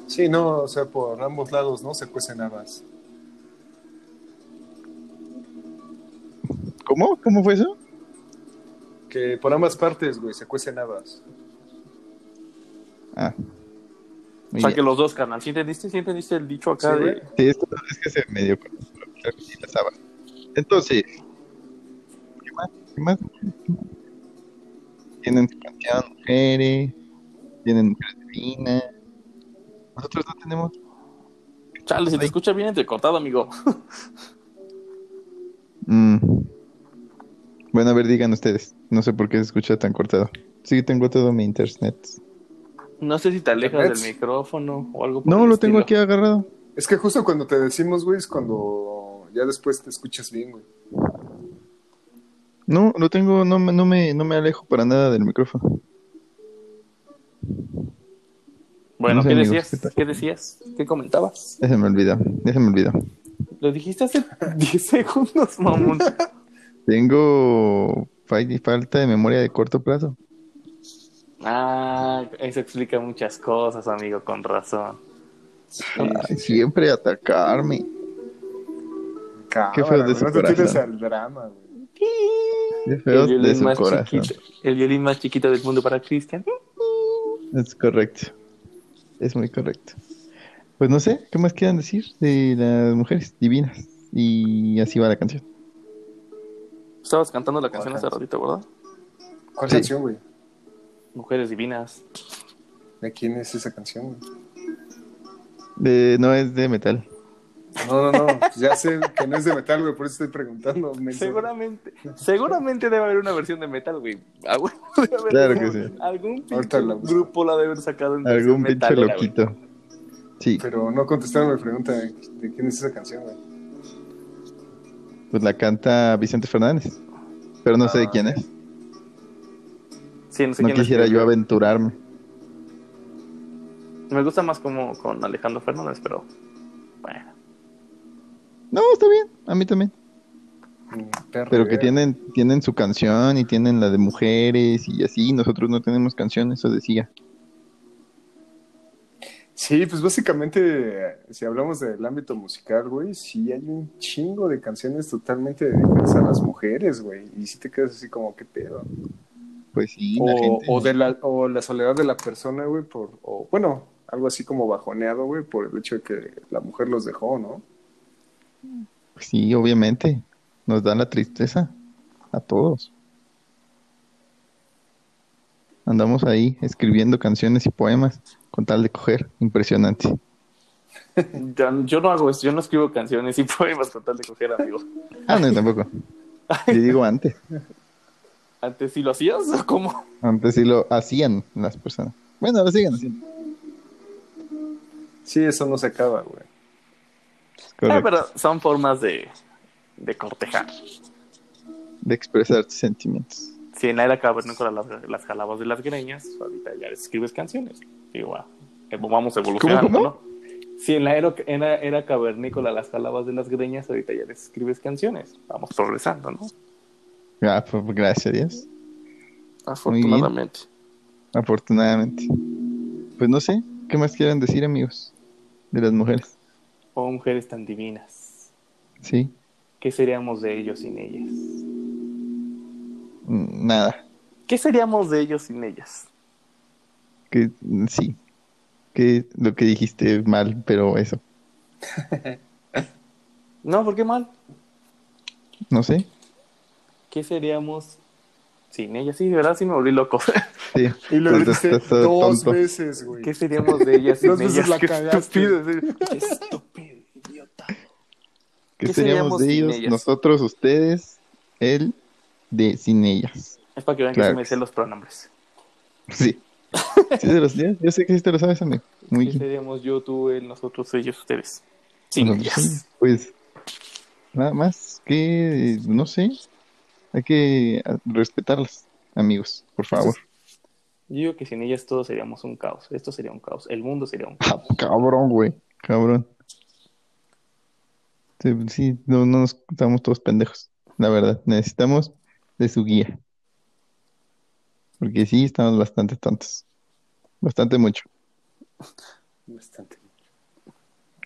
Speaker 2: Sí, no, o sea, por ambos lados, ¿no? Se cuecen habas.
Speaker 3: ¿Cómo? ¿Cómo fue eso?
Speaker 2: Que por ambas partes, güey, se cuecen habas.
Speaker 3: Ah.
Speaker 1: O
Speaker 3: Muy
Speaker 1: sea,
Speaker 3: bien.
Speaker 1: que los dos, carnal. ¿Sí entendiste, sí entendiste el dicho
Speaker 2: Sí,
Speaker 1: acá
Speaker 2: güey.
Speaker 1: de...?
Speaker 3: Sí, esto es que se me dio con- claro que sí, la estaba. Entonces, ¿qué más? ¿Qué más? Tienen su canción, mujeres, tienen mujeres divinas. Nosotros no tenemos.
Speaker 1: Chale, si te escucha bien entrecortado, amigo.
Speaker 3: Mm. Bueno, a ver, digan ustedes. No sé por qué se escucha tan cortado. Sí, tengo todo mi internet.
Speaker 1: No sé si te alejas
Speaker 2: Internet.
Speaker 1: del micrófono o algo por
Speaker 3: No,
Speaker 1: el
Speaker 3: lo tengo aquí
Speaker 1: estilo.
Speaker 3: agarrado.
Speaker 2: Es que justo cuando te decimos, güey, es cuando ya después te escuchas bien, güey.
Speaker 3: No, lo tengo, no, me- no, me, no me alejo para nada del micrófono.
Speaker 1: Bueno,
Speaker 3: No sé,
Speaker 1: ¿qué
Speaker 3: amigos,
Speaker 1: decías?
Speaker 3: ¿qué tal?
Speaker 1: ¿Qué decías? ¿Qué comentabas?
Speaker 3: Ya se me olvidó, ya se me olvidó.
Speaker 1: Lo dijiste hace 10 segundos, mamón.
Speaker 3: Tengo fal- falta de memoria de corto plazo.
Speaker 1: Ah, eso explica muchas cosas, amigo, con razón.
Speaker 3: Ay, siempre atacarme.
Speaker 2: Cámara,
Speaker 3: feo de
Speaker 2: güey,
Speaker 3: su
Speaker 2: No te tires
Speaker 3: corazón.
Speaker 2: al drama, güey.
Speaker 3: Qué feo de su
Speaker 1: más
Speaker 3: corazón.
Speaker 1: chiquito, el violín más chiquito del mundo para Cristian.
Speaker 3: Es correcto. Es muy correcto. Pues no sé, ¿qué más quieran decir de las mujeres divinas? Y así va la canción.
Speaker 1: Estabas cantando la canción hace ratito, ¿verdad?
Speaker 2: ¿Cuál
Speaker 3: Sí.
Speaker 2: canción, güey?
Speaker 1: Mujeres divinas.
Speaker 2: ¿De quién es esa canción? güey?
Speaker 3: De- no es de metal.
Speaker 2: No, no, no. pues ya sé que no es de metal, güey, por eso estoy preguntando. menso.
Speaker 1: Seguramente, seguramente debe haber una versión de metal, güey. Ah, güey, debe haber
Speaker 3: Claro
Speaker 1: algún-
Speaker 3: que sí.
Speaker 1: Algún
Speaker 2: Ahorita
Speaker 1: pinche
Speaker 2: la busco.
Speaker 1: grupo la debe haber sacado en versión
Speaker 3: Algún pinche
Speaker 1: metalera, güey.
Speaker 3: loquito. Sí,
Speaker 2: Pero no contestaron mi pregunta de, de quién es esa canción, güey.
Speaker 3: pues la canta Vicente Fernández. Pero no sé de
Speaker 5: Ah.
Speaker 3: quién es.
Speaker 1: Sí, no sé quién
Speaker 3: No
Speaker 1: la
Speaker 3: quisiera yo
Speaker 1: escribió.
Speaker 3: aventurarme.
Speaker 1: Me gusta más como con Alejandro Fernández, pero bueno.
Speaker 3: No, está bien. A mí también.
Speaker 2: Mm, perro,
Speaker 3: Pero que
Speaker 2: güey.
Speaker 3: tienen, tienen su canción y tienen la de mujeres y así. Nosotros no tenemos canción, eso decía.
Speaker 2: Sí, pues básicamente, si hablamos del ámbito musical, güey, sí hay un chingo de canciones totalmente dedicadas a las mujeres, güey. Y sí te quedas así como, ¿qué pedo?
Speaker 3: Pues sí, la
Speaker 2: O,
Speaker 3: gente.
Speaker 2: o de la, o la soledad de la persona, güey, por, o bueno, algo así como bajoneado, güey, por el hecho de que la mujer los dejó, ¿no?
Speaker 3: Pues sí, obviamente. Nos da la tristeza a todos. Andamos ahí escribiendo canciones y poemas con tal de coger. Impresionante.
Speaker 1: Ya- yo no hago eso, yo no escribo canciones y poemas con tal de coger amigo.
Speaker 3: Ah, no, yo tampoco. Yo digo antes.
Speaker 1: Antes sí lo hacías o cómo?
Speaker 3: Antes sí lo hacían las personas. Bueno, lo siguen haciendo.
Speaker 2: Sí, eso no se acaba, güey.
Speaker 1: Ah,
Speaker 3: Correcto.
Speaker 1: pero son formas de, de cortejar.
Speaker 3: De expresar tus sentimientos.
Speaker 1: Si en la era cavernícola las, las jalabas de las greñas, ahorita ya escribes canciones. Digo, ah, eh, vamos evolucionando,
Speaker 3: ¿Cómo,
Speaker 1: ¿no? Si en la era, en la era cavernícola las jalabas de las greñas, ahorita ya les escribes canciones. Vamos progresando, ¿no?
Speaker 3: Ah, pues, gracias a Dios.
Speaker 1: Afortunadamente.
Speaker 3: Afortunadamente. Pues no sé, ¿qué más quieran decir, amigos? De las mujeres.
Speaker 1: Oh, mujeres tan divinas.
Speaker 3: Sí,
Speaker 1: ¿Qué seríamos de ellos sin ellas?
Speaker 3: mm, nada.
Speaker 1: ¿Qué seríamos de ellos sin ellas?
Speaker 3: Que mm, sí. Que lo que dijiste es mal, pero eso.
Speaker 1: No, ¿por qué mal?
Speaker 3: No sé.
Speaker 1: ¿Qué seríamos sin ellas? Sí, de verdad, sí me volví loco.
Speaker 3: Sí.
Speaker 2: Y lo
Speaker 3: Estás-
Speaker 2: dijiste
Speaker 3: estás todo
Speaker 2: dos
Speaker 3: tonto.
Speaker 2: veces, güey.
Speaker 1: ¿Qué seríamos de ellas sin
Speaker 2: Dos veces
Speaker 1: ellas?
Speaker 2: la
Speaker 1: Qué
Speaker 2: cagaste.
Speaker 1: estúpido, en serio. Qué estúpido, idiota.
Speaker 3: ¿Qué
Speaker 1: ¿Qué seríamos
Speaker 3: seríamos de
Speaker 1: sin
Speaker 3: ellos?
Speaker 1: ellas?
Speaker 3: Nosotros, ustedes, él, de sin ellas.
Speaker 1: Es para que vean
Speaker 3: Claro.
Speaker 1: que sí me sé los pronombres.
Speaker 3: Sí. ¿Sí te los tienes? Yo sé que sí te lo sabes, amigo. Muy
Speaker 1: ¿Qué
Speaker 3: bien.
Speaker 1: seríamos yo, tú, él, nosotros, ellos, ustedes? Sin
Speaker 3: Bueno,
Speaker 1: ellas.
Speaker 3: Pues nada más que, no sé, hay que ah, respetarlas, amigos, por favor.
Speaker 1: Yo digo que sin ellas todos seríamos un caos. Esto sería un caos. El mundo sería un caos.
Speaker 3: Ah, cabrón, güey, cabrón. Sí, sí, no, no nos estamos todos pendejos, la verdad. Necesitamos de su guía. Porque sí, estamos bastante tontos. Bastante mucho.
Speaker 2: Bastante.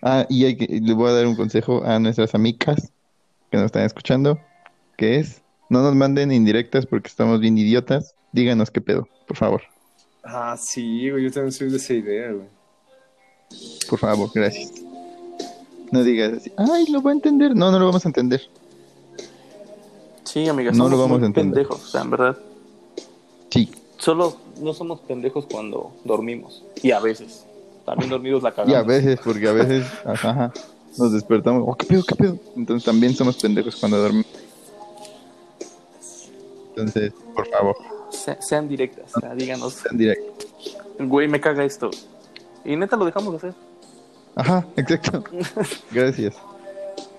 Speaker 3: Ah, y hay que, le voy a dar un consejo a nuestras amigas que nos están escuchando, que es, no nos manden indirectas porque estamos bien idiotas. Díganos qué pedo, por favor,
Speaker 2: Ah, sí, güey, yo también soy de esa idea, güey.
Speaker 3: por favor, gracias. No digas así, ay, lo va a entender. No, no lo vamos a entender.
Speaker 1: Sí, amigas,
Speaker 3: No
Speaker 1: somos
Speaker 3: lo vamos
Speaker 1: muy
Speaker 3: a entender.
Speaker 1: pendejos. O sea, en verdad,
Speaker 3: Sí,
Speaker 1: solo no somos pendejos cuando dormimos. Y a veces. También dormidos la cagamos.
Speaker 3: y a veces, porque a veces, ajá, ajá, nos despertamos, oh, qué pedo, qué pedo. Entonces también somos pendejos cuando dormimos. Entonces, por favor,
Speaker 1: Se- sean directas. o sea, díganos,
Speaker 3: sean directos.
Speaker 1: güey, me caga esto. Y neta lo dejamos de hacer.
Speaker 3: Ajá, exacto. Gracias.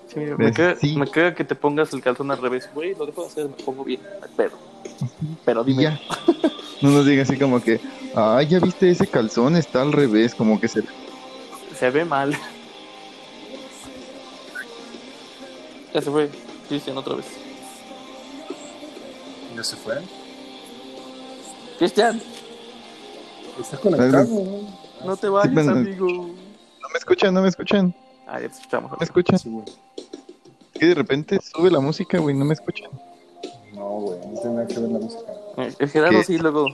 Speaker 1: Sí, mira, me,
Speaker 3: Pues,
Speaker 1: caga,
Speaker 3: sí.
Speaker 1: me caga que te pongas el calzón al revés. Güey, lo dejo de hacer, me pongo bien. Pero, pero
Speaker 3: Y
Speaker 1: dime.
Speaker 3: ya. No nos diga así como que, ay, ya viste ese calzón, está al revés, como que se.
Speaker 1: Se ve mal. Ya se fue Cristian otra vez.
Speaker 2: ¿No se fue?
Speaker 1: Cristian,
Speaker 2: Está conectado, güey.
Speaker 1: no te vayas,
Speaker 3: bueno.
Speaker 1: amigo.
Speaker 3: No me escuchan, no me escuchan, no
Speaker 1: Ah, ya te escuchamos.
Speaker 3: me escuchan.
Speaker 2: Sí, güey.
Speaker 3: Que de repente sube la música, güey, no me escuchan.
Speaker 2: No, güey, no tiene nada que ver la música.
Speaker 1: Eh, El Gerardo
Speaker 3: ¿Qué?
Speaker 1: sí luego.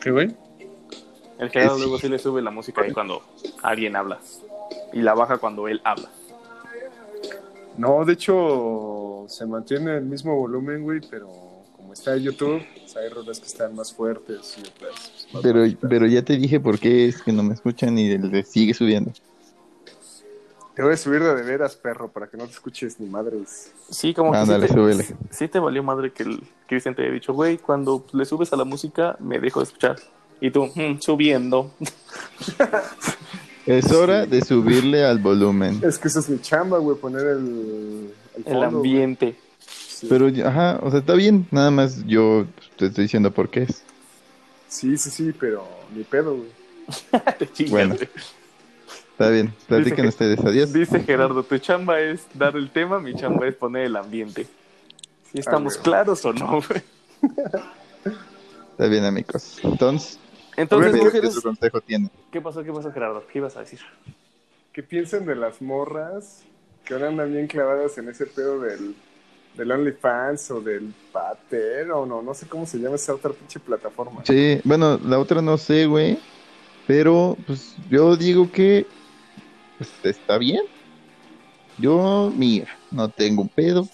Speaker 2: ¿Qué, güey?
Speaker 1: El Gerardo
Speaker 3: sí.
Speaker 1: luego sí le sube la música ahí cuando alguien habla. Y la baja cuando él habla.
Speaker 2: No, de hecho, se mantiene el mismo volumen, güey, pero como como está YouTube, pues hay rolas que están más fuertes y otras, pues, más
Speaker 3: Pero,
Speaker 2: bajitas.
Speaker 3: pero ya te dije por qué es que no me escuchan y le sigue subiendo.
Speaker 2: Te voy a subir de de veras, perro, para que no te escuches ni madres.
Speaker 1: Sí, como que
Speaker 3: Ándale,
Speaker 1: sí,
Speaker 3: súbele.
Speaker 1: te, sí te valió madre que el Cristian te haya dicho, güey, cuando le subes a la música me dejo de escuchar. Y tú, "Mm, subiendo.
Speaker 3: Es hora de subirle al volumen.
Speaker 2: Es que esa es mi chamba, güey, poner el,
Speaker 1: El
Speaker 2: fondo, güey.
Speaker 1: ambiente.
Speaker 2: Sí.
Speaker 3: Pero, ajá, o sea, está bien. Nada más yo te estoy diciendo por qué es.
Speaker 2: Sí, sí, sí, pero ni pedo, güey.
Speaker 1: Te chingas,
Speaker 3: Bueno.
Speaker 1: güey.
Speaker 3: Está bien. Platiquen
Speaker 1: que-
Speaker 3: ustedes. Adiós.
Speaker 1: Dice Gerardo, tu chamba es dar el tema, mi chamba es poner el ambiente. ¿Sí estamos
Speaker 2: güey.
Speaker 1: claros o no, güey?
Speaker 3: Está bien, amigos. Entonces, pues,
Speaker 1: Entonces,
Speaker 3: ¿qué
Speaker 1: ¿qué,
Speaker 3: piensas que su consejo tiene?
Speaker 1: qué pasó? ¿Qué pasó, Gerardo? ¿Qué ibas a decir?
Speaker 2: ¿Qué piensan de las morras que ahora andan bien clavadas en ese pedo del, del OnlyFans o del Pater o no? No sé cómo se llama esa otra pinche plataforma.
Speaker 3: Sí, bueno, la otra no sé, güey. Pero, pues, yo digo que pues, está bien. Yo, mira, no tengo un pedo.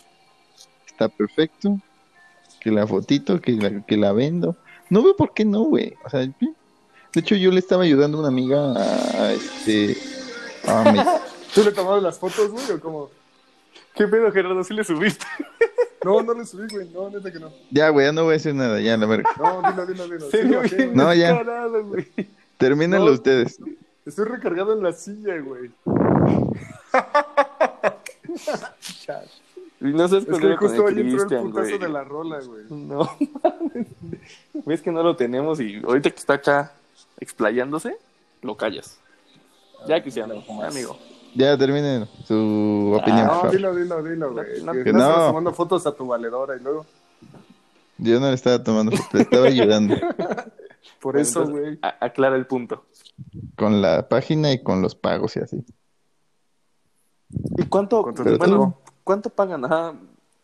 Speaker 3: Está perfecto. Que la fotito, que la, que la vendo. No veo por qué no, güey. O sea, de hecho, yo le estaba ayudando a una amiga a, a, este. A mi-
Speaker 2: ¿Tú le tomabas las fotos, güey, o cómo?
Speaker 1: ¿Qué pedo, Gerardo? ¿Sí le subiste?
Speaker 2: No, no le subí, güey. No, neta que no.
Speaker 3: Ya, güey, ya no voy a decir nada, ya, la verga.
Speaker 2: No, dilo, dilo, dilo.
Speaker 1: Se
Speaker 2: Sí,
Speaker 1: ve
Speaker 2: lo bajé,
Speaker 1: bien
Speaker 2: güey.
Speaker 3: No, ya.
Speaker 1: descarado, güey.
Speaker 3: Termínenlo
Speaker 2: No.
Speaker 3: ustedes.
Speaker 2: Estoy recargado en la silla, güey.
Speaker 1: Y No seas
Speaker 2: Es que
Speaker 1: culero con
Speaker 2: justo
Speaker 1: el
Speaker 2: ahí entró el
Speaker 1: Cristian,
Speaker 2: putazo
Speaker 1: güey.
Speaker 2: de la rola, güey.
Speaker 1: No mames. Ves que no lo tenemos y ahorita que está acá explayándose, lo callas. Ya, Cristian,
Speaker 5: no, ¿cómo es?
Speaker 1: amigo.
Speaker 3: Ya, terminen su
Speaker 1: Ah,
Speaker 3: opinión,
Speaker 2: No,
Speaker 3: por favor.
Speaker 2: dilo, dilo, dilo, güey.
Speaker 1: No, no.
Speaker 2: Que
Speaker 3: Que
Speaker 2: estás
Speaker 3: no.
Speaker 2: tomando fotos a tu valedora y luego.
Speaker 3: Yo no le estaba tomando, le estaba ayudando
Speaker 2: Por
Speaker 1: Bueno,
Speaker 2: eso,
Speaker 1: entonces,
Speaker 2: güey.
Speaker 1: a- Aclara el punto.
Speaker 3: con la página y con los pagos y así.
Speaker 1: ¿Y cuánto,
Speaker 2: ¿Cuánto
Speaker 3: te
Speaker 1: bueno,
Speaker 3: tocó?
Speaker 1: cuánto pagan? Ajá.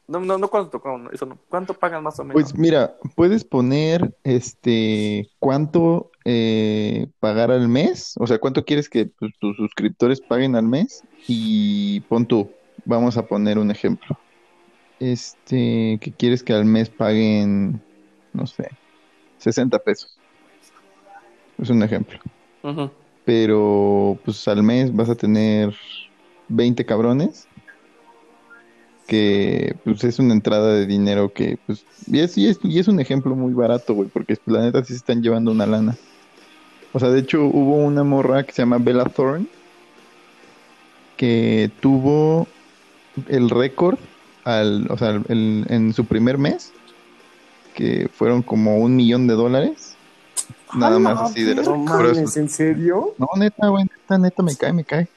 Speaker 1: No, no, no cuánto tocó, no, eso no. ¿Cuánto pagan más o menos?
Speaker 3: Pues mira, puedes poner este cuánto eh, pagar al mes, o sea, cuánto quieres que tus, tus suscriptores paguen al mes y pon tú, vamos a poner un ejemplo. Este, que quieres que al mes paguen, no sé, 60 pesos. Es un ejemplo.
Speaker 1: Ujú.
Speaker 3: pero pues al mes vas a tener 20 cabrones que pues es una entrada de dinero que pues y es, y es, y es un ejemplo muy barato güey porque pues, la neta sí se están llevando una lana o sea de hecho hubo una morra que se llama Bella Thorne que tuvo el récord al o sea el- en su primer mes que fueron como un millón de dólares nada más así de las
Speaker 2: Ah, No
Speaker 3: puras
Speaker 2: mames, ¿en serio?
Speaker 3: no, neta, güey, neta, neta, me cae, me cae.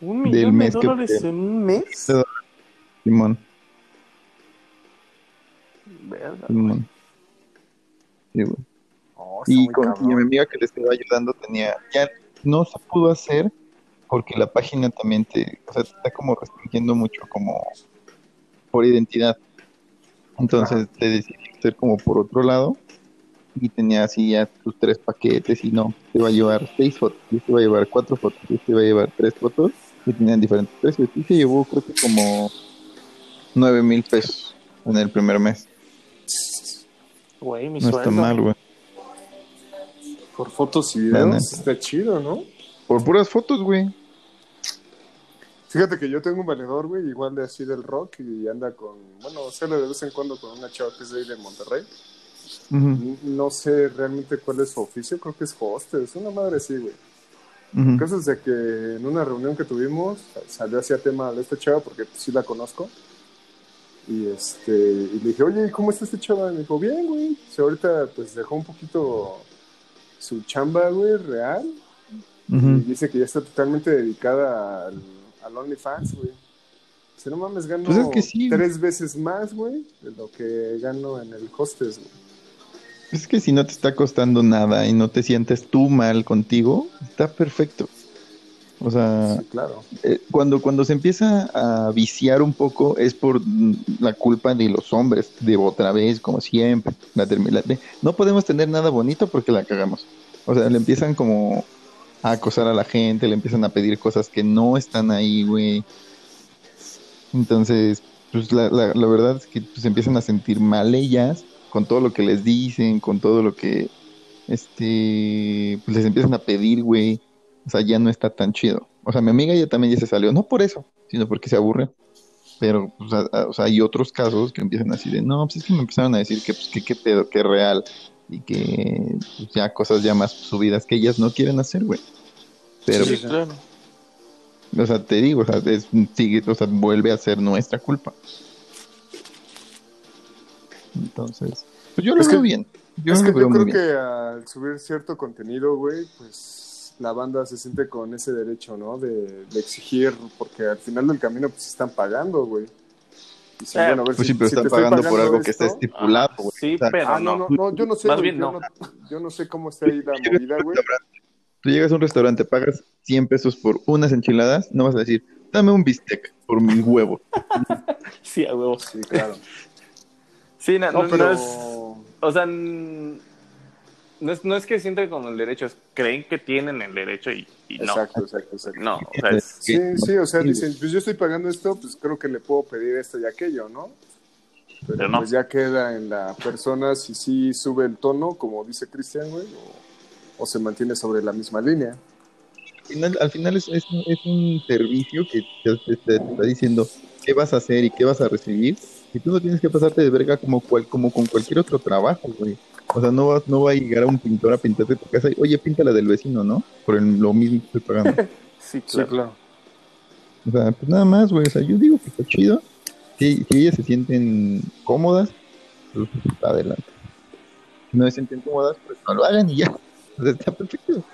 Speaker 1: ¿Un millón
Speaker 3: Del
Speaker 1: de
Speaker 3: mes que-
Speaker 1: dólares en un mes?
Speaker 3: Simón,
Speaker 1: Verga.
Speaker 3: Simón. Mm. Sí, güey.
Speaker 2: No, Oh, está
Speaker 3: Y
Speaker 2: muy
Speaker 3: con y
Speaker 2: cabrón.
Speaker 3: mi amiga que le estaba ayudando tenía, ya no se pudo hacer porque la página también te, o sea, te está como restringiendo mucho como por identidad. Entonces te decidí hacer como por otro lado y tenía así ya tus tres paquetes y no, te va a llevar seis fotos, y te va a llevar cuatro fotos, y te va a llevar tres fotos y tenían diferentes precios. Y se llevó creo que como nueve mil pesos en el primer mes.
Speaker 1: Güey, mi
Speaker 3: No está
Speaker 1: sueldo.
Speaker 3: mal, güey.
Speaker 2: Por fotos y
Speaker 3: La
Speaker 2: videos,
Speaker 3: neta.
Speaker 2: está chido, ¿no?
Speaker 3: Por puras fotos, güey.
Speaker 2: Fíjate que yo tengo un valedor, güey, igual de así del rock y anda con, bueno, sale de vez en cuando con una chava que es de ahí de Monterrey.
Speaker 3: Ujú,
Speaker 2: N- No sé realmente cuál es su oficio, creo que es hostess, una madre así, güey.
Speaker 3: ujú.
Speaker 2: El caso es de que en una reunión que tuvimos salió hacia tema de esta chava porque pues, sí la conozco. Y este y le dije, oye, ¿y ¿cómo está este chava? Y me dijo, bien, güey. O sea, ahorita pues dejó un poquito su chamba, güey, real. Y
Speaker 3: Ujú.
Speaker 2: dice que ya está totalmente dedicada al, al OnlyFans, güey. Si no mames, gano
Speaker 3: Pues es que sí, güey.
Speaker 2: tres veces más, güey, de lo que gano en el hostes, güey.
Speaker 3: Es que si no te está costando nada y no te sientes tú mal contigo, está perfecto. O sea,
Speaker 2: Sí, claro.
Speaker 3: eh, cuando, cuando se empieza a viciar un poco es por mm, la culpa de los hombres, de otra vez, como siempre. La termi- la- de- no podemos tener nada bonito porque la cagamos. O sea, le empiezan como a acosar a la gente, le empiezan a pedir cosas que no están ahí, güey. Entonces, pues la, la- la verdad es que pues, se empiezan a sentir mal ellas con todo lo que les dicen, con todo lo que este pues les empiezan a pedir, güey. O sea, ya no está tan chido. O sea, mi amiga ya también ya se salió, no por eso, sino porque se aburre. Pero, pues, a- a- o sea, hay otros casos que empiezan así de, no, pues es que me empezaron a decir que, pues, que qué pedo, que es real. Y que pues, ya cosas ya más subidas que ellas no quieren hacer, güey. Pero,
Speaker 1: Sí,
Speaker 3: pues,
Speaker 1: claro.
Speaker 3: o sea, te digo, o sea, es- sigue, o sea, vuelve a ser nuestra culpa. Entonces, pues yo lo
Speaker 2: Es
Speaker 3: veo
Speaker 2: que-
Speaker 3: bien. Yo
Speaker 2: es
Speaker 3: lo
Speaker 2: que
Speaker 3: veo
Speaker 2: yo creo
Speaker 3: muy bien.
Speaker 2: que al subir cierto contenido, güey, pues la banda se siente con ese derecho, ¿no? De, de exigir, porque al final del camino pues están pagando, güey. Dicen,
Speaker 1: Eh,
Speaker 2: bueno, a ver
Speaker 3: Pues
Speaker 2: si-
Speaker 3: sí, pero
Speaker 2: si te
Speaker 3: están
Speaker 2: estoy
Speaker 3: pagando, por algo que está
Speaker 2: esto-
Speaker 3: estipulado, güey.
Speaker 1: sí,
Speaker 3: O sea,
Speaker 1: pero
Speaker 2: Ah, no,
Speaker 1: no.
Speaker 2: no, no, yo no sé,
Speaker 1: Más
Speaker 2: güey,
Speaker 1: bien
Speaker 2: yo
Speaker 1: no.
Speaker 2: yo no sé cómo está ahí la movida, güey.
Speaker 3: Tú llegas a un restaurante, pagas 100 pesos por unas enchiladas, no vas a decir, dame un bistec por mi huevo.
Speaker 1: Sí, a huevo.
Speaker 2: Sí, claro.
Speaker 1: Sí, na- no,
Speaker 2: No,
Speaker 1: no
Speaker 2: pero
Speaker 1: es. O sea, n- no es, no es que sienten con el derecho, es creen que tienen el derecho y, y no.
Speaker 2: exacto, exacto, exacto.
Speaker 1: No, o sea, es-
Speaker 2: Pues, Sí, sí, o sea,
Speaker 3: Sí.
Speaker 2: dicen, pues yo estoy pagando esto, pues creo que le puedo pedir esto y aquello, ¿no? Pero,
Speaker 1: Pero no.
Speaker 2: pues ya queda en la persona si sí sube el tono, como dice Cristian, güey, o, o se mantiene sobre la misma línea.
Speaker 3: Al final, al final es, es, es un servicio que te, te- te está diciendo qué vas a hacer y qué vas a recibir. Y tú no tienes que pasarte de verga como, cual, como con cualquier otro trabajo, güey. O sea, no, vas- no va a llegar a un pintor a pintarte tu casa y, oye, píntala del vecino, ¿no? Por el- lo mismo que estoy pagando.
Speaker 1: sí,
Speaker 2: Sí,
Speaker 1: claro.
Speaker 2: claro.
Speaker 3: O sea, pues nada más, güey. O sea, yo digo que está chido. Si, si ellas se sienten cómodas, pues adelante. Si no se sienten cómodas, pues no lo hagan y ya. O sea, está perfecto.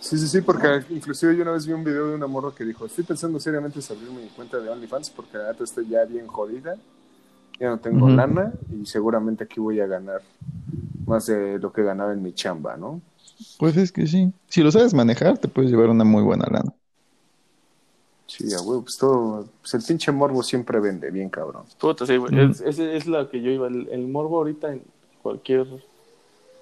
Speaker 2: Sí, sí, sí, porque inclusive yo una vez vi un video de una morra que dijo, estoy pensando seriamente en abrir mi cuenta de OnlyFans porque la neta estoy ya bien jodida, ya no tengo
Speaker 3: Ujú.
Speaker 2: lana y seguramente aquí voy a ganar más de lo que ganaba en mi chamba, ¿no?
Speaker 3: Pues es que sí. Si lo sabes manejar, te puedes llevar una muy buena lana.
Speaker 2: Sí, a huevo, pues todo, pues el pinche morbo siempre vende, bien cabrón.
Speaker 1: Puta, sí, güey.
Speaker 3: Mm.
Speaker 1: Es, es, es la que yo iba. El, el morbo ahorita en cualquier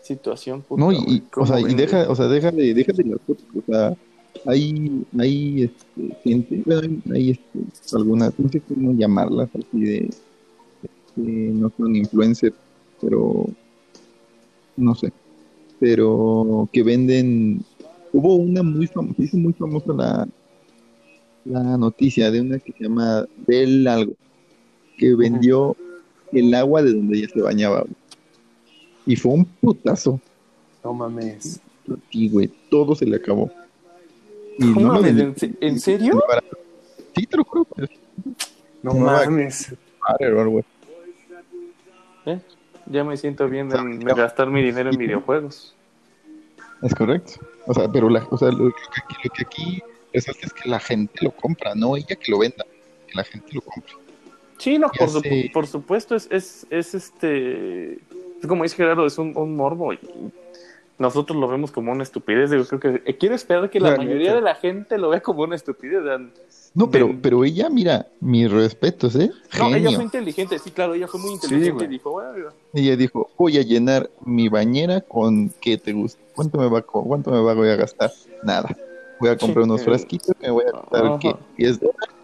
Speaker 1: situación. puta,
Speaker 3: No, y,
Speaker 1: güey,
Speaker 3: y, o sea, y
Speaker 1: ¿cómo vende?
Speaker 3: deja, o sea, deja de, deja de las fotos, o sea, hay, hay, este, gente, bueno, hay, hay, este, algunas, no sé cómo llamarlas, así de, este, no son influencers, pero, no sé, pero que venden, hubo una muy famosa, hizo muy famosa la, la noticia de una que se llama Del algo, que vendió el agua de donde ella se bañaba, güey. y fue un putazo.
Speaker 2: No mames.
Speaker 3: Sí, güey, todo se le acabó. Y
Speaker 1: No
Speaker 3: lo
Speaker 1: mames,
Speaker 3: vendí.
Speaker 1: ¿en se- en serio?
Speaker 3: Ni barato. Sí, te lo juro. güey.
Speaker 2: No
Speaker 3: No
Speaker 2: mames.
Speaker 3: Ah, error, güey.
Speaker 1: ¿Eh? Ya me siento bien de de gastar mi dinero en videojuegos.
Speaker 3: Es correcto. O sea, pero la, o sea, lo, lo que aquí, lo que aquí resalta es que la gente lo compra, no ella que lo venda, que la gente lo compra.
Speaker 1: Sí, no,
Speaker 3: Ya
Speaker 1: por, su-
Speaker 3: sé.
Speaker 1: por supuesto, es, es, es este. es como dice Gerardo, es un, un morbo. y nosotros lo vemos como una estupidez. Digo, creo que eh, quiero esperar que la,
Speaker 2: La
Speaker 1: mayoría
Speaker 2: neta.
Speaker 1: de la gente lo vea como una estupidez. Dan.
Speaker 3: No, pero,
Speaker 1: Ven.
Speaker 3: pero ella, mira, mis respetos, ¿eh?
Speaker 1: No, ella fue
Speaker 3: Genio.
Speaker 1: inteligente, sí, claro, ella fue muy
Speaker 2: Sí,
Speaker 1: inteligente
Speaker 2: güey.
Speaker 1: y dijo, bueno,
Speaker 3: Ella dijo, voy a llenar mi bañera con qué te gusta. ¿Cuánto me va, a co- cuánto me va voy a gastar? Nada. Voy a comprar unos
Speaker 1: Sí.
Speaker 3: frasquitos, me voy a
Speaker 1: Ajá.
Speaker 3: gastar ¿qué? 10 dólares.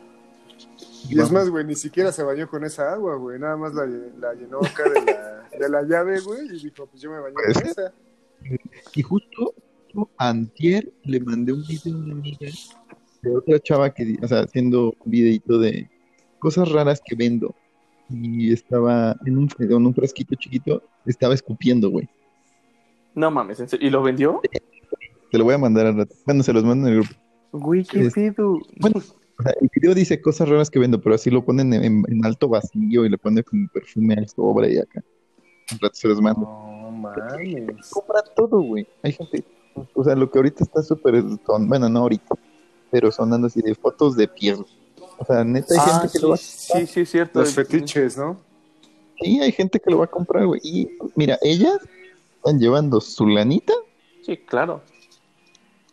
Speaker 2: Y es más, güey, ni siquiera se bañó con esa agua, güey. Nada más la, la llenó acá de la, de la llave, güey, y dijo, pues yo me bañé
Speaker 3: Pues,
Speaker 2: con esa.
Speaker 3: Y justo yo antier le mandé un video a una amiga de otra chava que, di- o sea, haciendo un videito de cosas raras que vendo. Y estaba en un, en un frasquito chiquito, estaba escupiendo, güey.
Speaker 1: no mames, ¿en serio? ¿y lo vendió?
Speaker 3: Te lo voy a mandar al rato. Bueno, se los mando en el grupo.
Speaker 1: Güey, qué
Speaker 3: Es-
Speaker 1: pedo.
Speaker 3: Bueno, o sea, el video dice cosas raras que vendo, pero así lo ponen en, en- en alto vacío y le ponen como perfume al sobre y acá. Un rato se los mando.
Speaker 2: No mames.
Speaker 3: compra todo, güey. Hay gente, o sea, lo que ahorita está súper, son- bueno, no ahorita, pero sonando así de fotos de pies. O sea, neta, hay
Speaker 1: Ah,
Speaker 3: gente que
Speaker 1: sí,
Speaker 3: lo va,
Speaker 1: sí, sí, es cierto.
Speaker 2: Los fetiches, ¿no?
Speaker 3: sí, hay gente que lo va a comprar, güey. Y mira, ellas están llevando su lanita
Speaker 1: Sí, claro.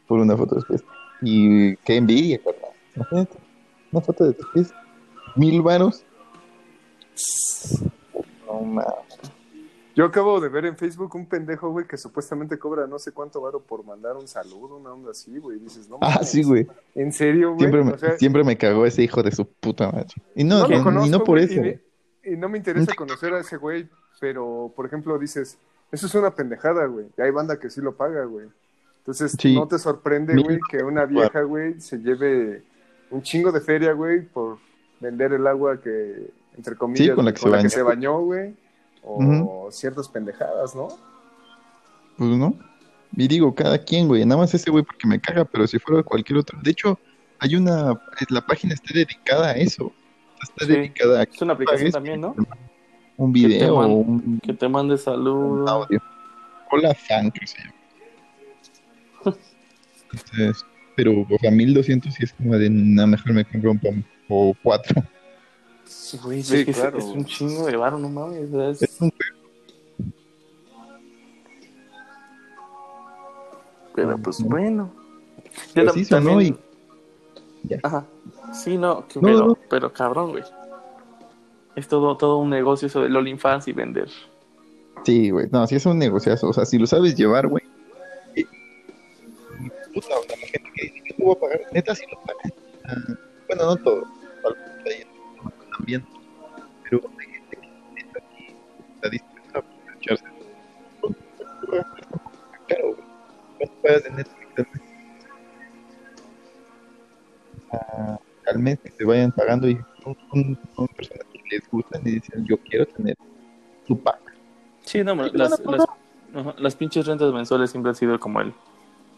Speaker 3: por una foto de sus pies. Y qué envidia, carnal. Imagínate, una foto de tus pies, mil varos. No mames.
Speaker 2: Yo acabo de ver en Facebook un pendejo, güey, que supuestamente cobra no sé cuánto varo por mandar un saludo, una onda así, güey. y Dices, no.
Speaker 3: Ah,
Speaker 2: mames,
Speaker 3: sí, güey.
Speaker 2: En serio, güey.
Speaker 3: Siempre me,
Speaker 2: O sea,
Speaker 3: siempre me cagó ese hijo de su puta madre. Y no,
Speaker 2: no lo
Speaker 3: ni-
Speaker 2: conozco,
Speaker 3: ni no por
Speaker 2: güey,
Speaker 3: eso.
Speaker 2: Y, ni- y no me interesa conocer a ese güey, pero, por ejemplo, dices, eso es una pendejada, güey. Y hay banda que sí lo paga, güey. Entonces,
Speaker 3: Sí.
Speaker 2: no te sorprende,
Speaker 3: Mil-
Speaker 2: güey, que una vieja, güey, se lleve un chingo de feria, güey, por vender el agua que, entre comillas,
Speaker 3: con la que se bañó.
Speaker 2: se bañó, güey. O
Speaker 3: Ujú.
Speaker 2: ciertas pendejadas, ¿no?
Speaker 3: Pues no. Y digo, cada quien, güey. Nada más ese güey porque me caga, pero si fuera cualquier otro. De hecho, hay una. La página está dedicada a eso. Está
Speaker 1: Sí.
Speaker 3: dedicada a
Speaker 1: Es una aplicación
Speaker 3: Pagues.
Speaker 1: también, ¿no?
Speaker 3: un
Speaker 1: te
Speaker 3: video o
Speaker 1: mando.
Speaker 3: un,
Speaker 1: Que te mande saludos.
Speaker 3: un audio. Hola, fan, que se llama. Entonces, pero, o sea, 1200 sí es como de. Nada, mejor me compro un pom- o cuatro.
Speaker 1: Güey,
Speaker 2: Sí,
Speaker 1: es que es-
Speaker 2: claro,
Speaker 1: es,
Speaker 2: güey.
Speaker 1: un chingo de varo, no mames. o sea, es-
Speaker 3: Es un
Speaker 1: Pero pues
Speaker 3: Ujú.
Speaker 1: bueno.
Speaker 3: Pues
Speaker 1: Ya
Speaker 3: sí, sonó
Speaker 1: también...
Speaker 3: y- ya.
Speaker 1: Ajá. Sí, no, que-
Speaker 3: No,
Speaker 1: pero,
Speaker 3: no.
Speaker 1: pero cabrón, güey. Es todo, todo un negocio eso del OnlyFans y vender.
Speaker 3: Sí, güey. No, sí es un negociazo. O sea, si lo sabes llevar, güey. eh, Puta, o sea, la gente que dice que te voy a pagar, neta, sí lo pagan. Ah, Bueno, no todo. algunos ahí También. Pero hay gente que neta sí está dispuesta a aprovecharse. Claro, güey. ¿Cuánto pagas de Netflix al mes? Ah, al mes que te vayan pagando y son, son- son personas que les gustan y dicen, yo quiero tener tu pack.
Speaker 1: Sí, no, las, las, ajá, las pinches rentas mensuales siempre han sido como el,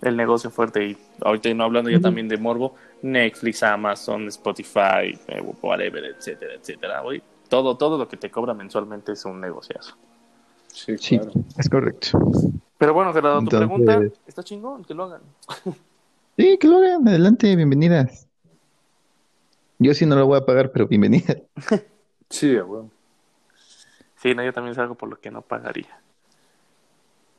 Speaker 1: el negocio fuerte. Y ahorita no hablando ya
Speaker 3: Ujú.
Speaker 1: también de Morbo, Netflix, Amazon, Spotify, eh, whatever, etcétera, etcétera, güey. Todo, todo lo que te cobra mensualmente es un negociazo.
Speaker 2: Sí,
Speaker 3: Sí,
Speaker 2: claro.
Speaker 3: es correcto.
Speaker 1: Pero bueno, Gerardo, tu
Speaker 3: Entonces-
Speaker 1: pregunta está chingón, que lo hagan.
Speaker 3: Sí, que lo hagan. Adelante, bienvenidas. Yo sí no lo voy a pagar, pero bienvenida.
Speaker 2: Sí, güey.
Speaker 1: Sí, no, yo también es algo por lo que no pagaría.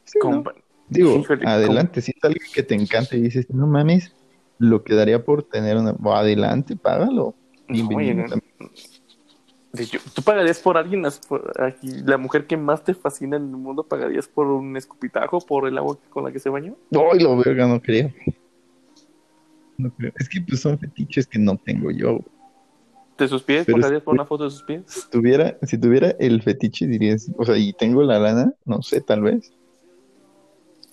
Speaker 3: Sí, ¿no?
Speaker 1: Compa-
Speaker 3: Digo,
Speaker 1: Híjole,
Speaker 3: adelante. Si es algo que te encanta y dices, no mames, lo que daría por tener una... bueno, adelante, págalo. Bienvenido
Speaker 1: oye,
Speaker 3: también.
Speaker 1: de yo- Tú pagarías por alguien, as- por aquí, la mujer que más te fascina en el mundo, pagarías por un escupitajo, por el agua con la que se bañó.
Speaker 3: Ay, lo verga, no creo. No creo. Es que pues, son fetiches que no tengo yo.
Speaker 1: De sus pies,
Speaker 3: Pero
Speaker 1: pagarías
Speaker 3: es-
Speaker 1: por una foto de sus pies.
Speaker 3: Si tuviera, si tuviera el fetiche, dirías, o sea, y tengo la lana, no sé, tal vez.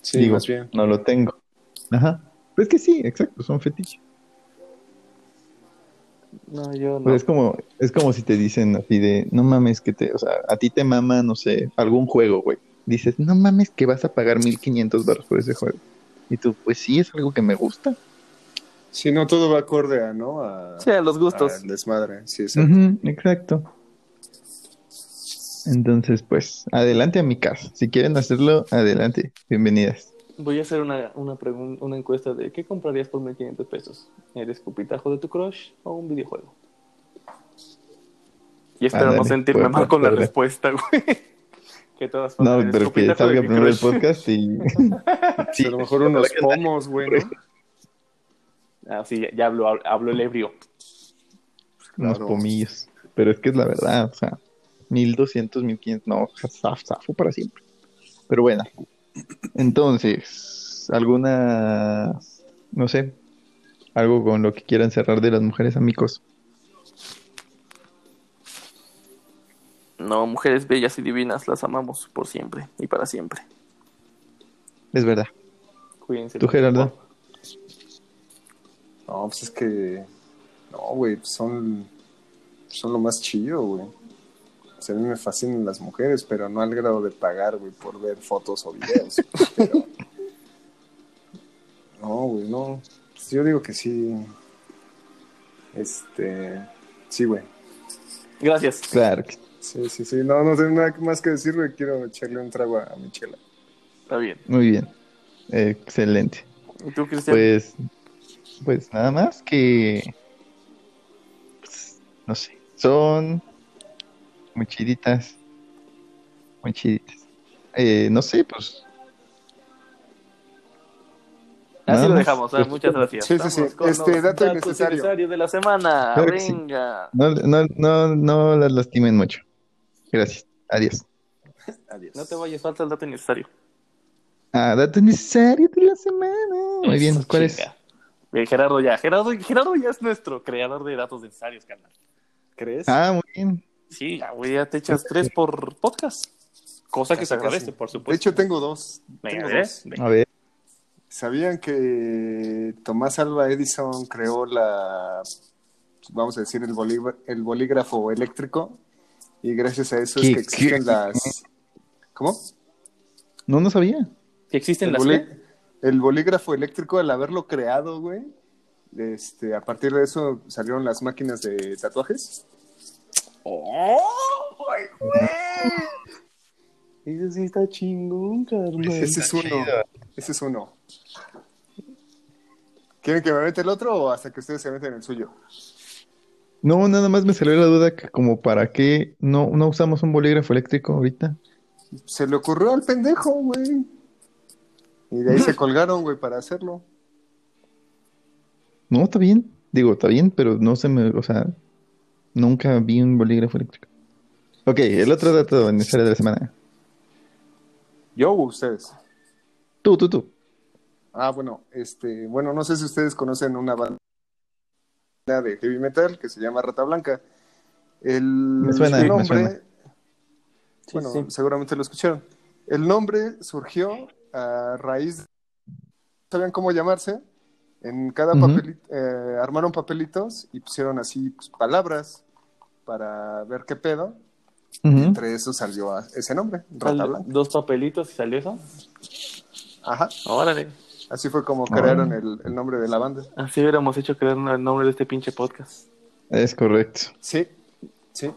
Speaker 2: Sí,
Speaker 3: Digo,
Speaker 2: más bien.
Speaker 3: no lo tengo. Ajá. Pues que sí, exacto, son fetiches.
Speaker 1: No, yo no.
Speaker 3: Pues es como, es como si te dicen así de, no mames que te, o sea, a ti te mama, no sé, algún juego, güey. Dices, no mames que vas a pagar 1500 baros por ese juego. Y tú, pues sí, es algo que me gusta.
Speaker 2: Sí, no, todo va acorde a, ¿no? A,
Speaker 1: Sí, a los gustos.
Speaker 2: al desmadre. Sí, exacto.
Speaker 3: Ujú, exacto. Entonces, pues, adelante a mi casa. Si quieren hacerlo, adelante. Bienvenidas.
Speaker 1: Voy a hacer una, una, pregun- una encuesta de ¿qué comprarías por 1500 pesos? ¿El escupitajo de tu crush o un videojuego? Y espero no
Speaker 3: Ándale,
Speaker 1: sentirme
Speaker 3: pues,
Speaker 1: mal con la
Speaker 3: pues,
Speaker 1: respuesta, güey. que todas fueran
Speaker 3: No,
Speaker 1: el
Speaker 3: pero que
Speaker 1: escupitajo de
Speaker 3: salga
Speaker 1: mi
Speaker 3: primero el
Speaker 1: crush.
Speaker 3: podcast y... Sí,
Speaker 2: a lo mejor unos
Speaker 3: ojalá que nadie-
Speaker 2: pomos, güey, ¿no?
Speaker 1: Ah, sí, ya, ya hablo, hablo el ebrio.
Speaker 3: unos
Speaker 2: Claro.
Speaker 3: pomillos. Pero es que es la verdad, o sea, 1200, 1500, no, zaf, zafo para siempre. Pero bueno, entonces, alguna, no sé, algo con lo que quieran cerrar de las mujeres amigos.
Speaker 1: No, mujeres bellas y divinas, las amamos por siempre y para siempre.
Speaker 3: Es verdad.
Speaker 1: Cuídense.
Speaker 3: ¿Tú,
Speaker 1: por favor.
Speaker 3: Gerardo?
Speaker 2: No, pues es que. No, güey, pues son. Son lo más chido, güey. O sea, a mí me fascinan las mujeres, pero no al grado de pagar, güey, por ver fotos o videos. pero- No, güey, no. Pues yo digo que sí. Este. Sí, güey.
Speaker 1: Gracias.
Speaker 3: Claro. que-
Speaker 2: Sí, sí, sí. No, no tengo nada más que decir, güey. Quiero echarle un trago a mi chela.
Speaker 1: Está bien.
Speaker 3: Muy bien. Excelente.
Speaker 1: ¿Y tú, Cristian?
Speaker 3: Pues, pues nada más que, pues, no sé, son muy chiditas, muy chiditas. Eh, no sé, pues,
Speaker 1: Así
Speaker 3: nada
Speaker 1: lo
Speaker 3: más.
Speaker 1: dejamos. ah,
Speaker 3: Pues,
Speaker 1: muchas gracias.
Speaker 2: sí, sí, sí.
Speaker 1: Vamos con
Speaker 2: Este,
Speaker 1: los
Speaker 2: dato
Speaker 1: datos
Speaker 2: innecesario.
Speaker 1: innecesarios de la semana.
Speaker 3: Claro que sí.
Speaker 1: Venga.
Speaker 3: no, no, no, no las lastimen mucho. Gracias. Adiós.
Speaker 5: Adiós.
Speaker 1: No te vayas, falta el dato necesario.
Speaker 3: Ah, dato necesario de la semana. Muy bien,
Speaker 1: Eso,
Speaker 3: ¿cuál es?
Speaker 1: chinga. Bien, Gerardo ya. Gerardo, Gerardo ya es nuestro creador de datos necesarios, carnal.
Speaker 5: ¿Crees?
Speaker 3: Ah, muy bien.
Speaker 1: Sí, ya, güey, ya te echas tres por podcast. Cosa que se
Speaker 2: Casi,
Speaker 1: agradece,
Speaker 2: casi.
Speaker 1: por
Speaker 2: de
Speaker 1: supuesto.
Speaker 2: hecho, tengo dos.
Speaker 1: Pues Venga,
Speaker 2: tengo
Speaker 1: ¿eh?
Speaker 2: dos.
Speaker 1: Venga.
Speaker 3: A ver.
Speaker 2: ¿Sabían que Tomás Alba Edison creó la, vamos a decir, el, bolí- el bolígrafo eléctrico? Y gracias a eso es
Speaker 3: ¿Qué-
Speaker 2: que existen
Speaker 3: qué?
Speaker 2: las... ¿Cómo?
Speaker 3: No, no sabía.
Speaker 1: ¿Que existen
Speaker 2: El,
Speaker 1: las
Speaker 2: bolí-
Speaker 1: qué?
Speaker 2: el bolígrafo eléctrico, al haberlo creado, güey, este, a partir de eso salieron las máquinas de tatuajes.
Speaker 1: ¡Oh, güey, güey! Eso sí está chingón, carnal.
Speaker 2: Ese es uno. Ese es uno. ¿Quieren que me meta el otro o hasta que ustedes se meten el suyo?
Speaker 3: No, nada más me salió la duda que como para qué no, no usamos un bolígrafo eléctrico ahorita.
Speaker 2: Se le ocurrió al pendejo, güey. Y de ahí se colgaron, güey, para hacerlo.
Speaker 3: No, está bien. Digo, está bien, pero no se me, o sea, nunca vi un bolígrafo eléctrico. Ok, el otro dato necesario de la semana.
Speaker 2: ¿Yo o ustedes?
Speaker 3: Tú, tú, tú.
Speaker 2: Ah, bueno, este, bueno, no sé si ustedes conocen una banda de heavy metal que se llama Rata Blanca. El
Speaker 3: suena, me
Speaker 2: nombre,
Speaker 3: suena.
Speaker 1: Sí,
Speaker 2: bueno,
Speaker 1: sí.
Speaker 2: seguramente lo escucharon. El nombre surgió a raíz, de- sabían cómo llamarse. En cada
Speaker 3: Ujú.
Speaker 2: papelito, eh, armaron papelitos y pusieron así pues, palabras para ver qué pedo.
Speaker 3: Ujú.
Speaker 2: Entre eso salió a- ese nombre, Rata
Speaker 1: Sal-
Speaker 2: Blanca.
Speaker 1: Dos papelitos y salió eso.
Speaker 2: Ajá,
Speaker 1: Órale.
Speaker 2: así fue como
Speaker 3: Órale.
Speaker 2: crearon el, el nombre de la banda.
Speaker 1: Así hubiéramos hecho crear el nombre de este pinche podcast.
Speaker 3: Es correcto.
Speaker 2: Sí, sí.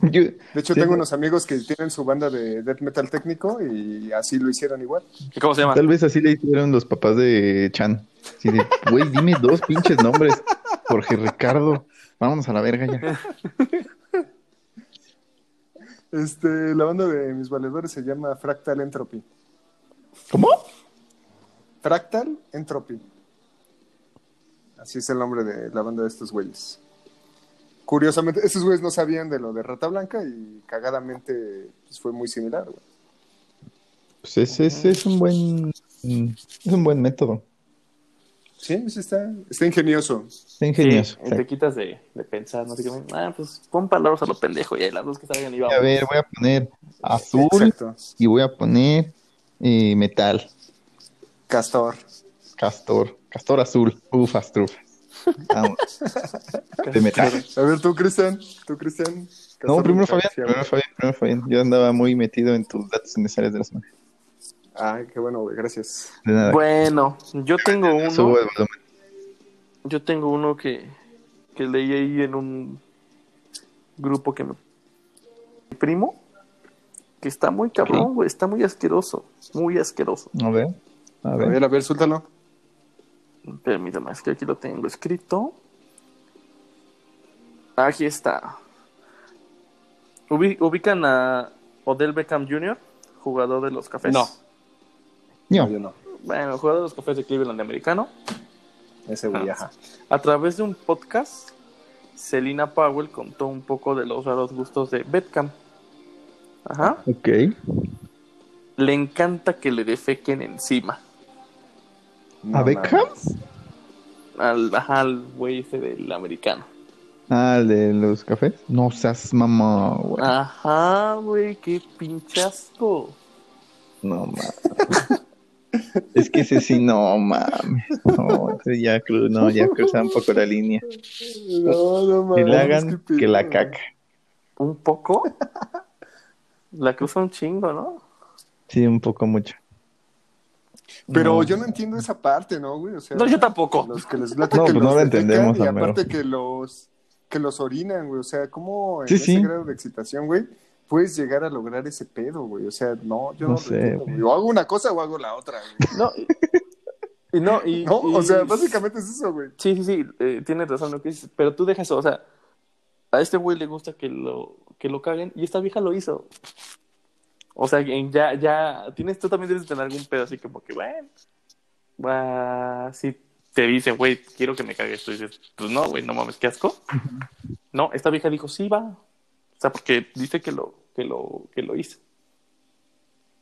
Speaker 3: Yo,
Speaker 2: De hecho,
Speaker 3: Sí,
Speaker 2: tengo
Speaker 3: güey.
Speaker 2: unos amigos que tienen su banda de death metal técnico y así lo hicieron igual.
Speaker 1: ¿Cómo se llama?
Speaker 3: tal vez así le hicieron los papás de Chan. Así de, güey, dime dos pinches nombres. Jorge Ricardo. Vámonos a la verga ya.
Speaker 2: Este, la banda de mis valedores se llama Fractal Entropy.
Speaker 3: ¿Cómo?
Speaker 2: Fractal Entropy. Así es el nombre de la banda de estos güeyes. Curiosamente, estos güeyes no sabían de lo de Rata Blanca y cagadamente pues, fue muy similar. güey.
Speaker 3: Pues es, es, es un buen, es un buen método.
Speaker 2: Sí, sí está, está ingenioso.
Speaker 3: Está
Speaker 1: Sí,
Speaker 3: ingenioso.
Speaker 1: y te quitas de, de pensar, no sé qué. Ah, pues pon palabras a lo pendejo y ahí las dos que salgan y vamos.
Speaker 3: A ver, voy a poner azul
Speaker 2: Exacto.
Speaker 3: y voy a poner eh, metal,
Speaker 2: Castor.
Speaker 3: castor, castor azul, ufas, trufas. Vamos. De metal.
Speaker 2: A ver, tú, Cristian. Tú, Cristian.
Speaker 3: No,
Speaker 2: Castor
Speaker 3: primero
Speaker 2: Blanca,
Speaker 3: Fabián,
Speaker 2: sí, a ver.
Speaker 3: primero Fabián, primero Fabián. Yo andaba muy metido en tus datos necesarios de la semana.
Speaker 2: Ay, qué bueno, güey, gracias.
Speaker 3: De nada.
Speaker 1: Bueno, yo tengo
Speaker 3: Subo
Speaker 1: uno,
Speaker 3: el volumen.
Speaker 1: yo tengo uno que, que leí ahí en un grupo que me mi primo, que está muy cabrón, güey, está muy asqueroso, muy asqueroso.
Speaker 3: A ver. A
Speaker 2: A
Speaker 3: ver.
Speaker 2: ver, a ver, suéltalo.
Speaker 1: Permítame, es que aquí lo tengo escrito. Aquí está. Ubi- ¿Ubican a Odell Beckham Jr., jugador de los cafés?
Speaker 5: No.
Speaker 3: No.
Speaker 2: yo no.
Speaker 1: Bueno, jugador de los cafés de Cleveland americano.
Speaker 2: Ese güey, ajá.
Speaker 1: A través de un podcast, Selina Powell contó un poco de los raros gustos de Beckham. Ajá.
Speaker 3: Ok.
Speaker 1: Le encanta que le defequen encima.
Speaker 2: No
Speaker 3: ¿A Beckham?
Speaker 2: mames.
Speaker 1: Al, ajá, al güey ese del americano.
Speaker 3: Ah, el de los cafés. No seas mamá, güey.
Speaker 1: Ajá, güey, qué pinchasco.
Speaker 3: No mames. Es que ese sí, no mames. No, ese ya, cru- no, ya cruza un poco la línea.
Speaker 2: No, no
Speaker 3: Que
Speaker 2: mames.
Speaker 3: le hagan
Speaker 2: qué
Speaker 3: que la
Speaker 2: pedo.
Speaker 3: caca.
Speaker 1: ¿Un poco? La cruza un chingo, ¿no?
Speaker 3: Sí, un poco mucho.
Speaker 2: Pero
Speaker 3: No.
Speaker 2: yo no entiendo esa parte, ¿no, güey? O sea,
Speaker 1: No, yo tampoco.
Speaker 2: Los que les late
Speaker 3: No,
Speaker 2: que
Speaker 3: pues
Speaker 2: los
Speaker 3: no la
Speaker 2: defecan
Speaker 3: entendemos,
Speaker 2: Y
Speaker 3: Homero.
Speaker 2: aparte que los, que los orinan, güey. O sea, ¿cómo en
Speaker 3: Sí,
Speaker 2: ese
Speaker 3: sí.
Speaker 2: grado de excitación, güey, puedes llegar a lograr ese pedo, güey? O sea, no, yo
Speaker 3: No
Speaker 2: no,
Speaker 3: sé,
Speaker 2: lo entiendo,
Speaker 3: güey.
Speaker 2: güey. O hago una cosa o hago la otra, güey.
Speaker 1: No, y, y no, y,
Speaker 2: No, o
Speaker 1: y-
Speaker 2: sea, básicamente es eso, güey.
Speaker 1: Sí, sí, sí, eh, tienes razón lo que dices, pero tú dejas, o sea, a este güey le gusta que lo, que lo caguen y esta vieja lo hizo. O sea, que ya, ya, tienes, tú también debes tener algún pedo así como que, bueno, va, si te dicen, güey, quiero que me cagues, tú dices, pues no, güey, no mames, qué asco. No, esta vieja dijo, sí, va. O sea, porque dice que lo, que lo, que lo hizo.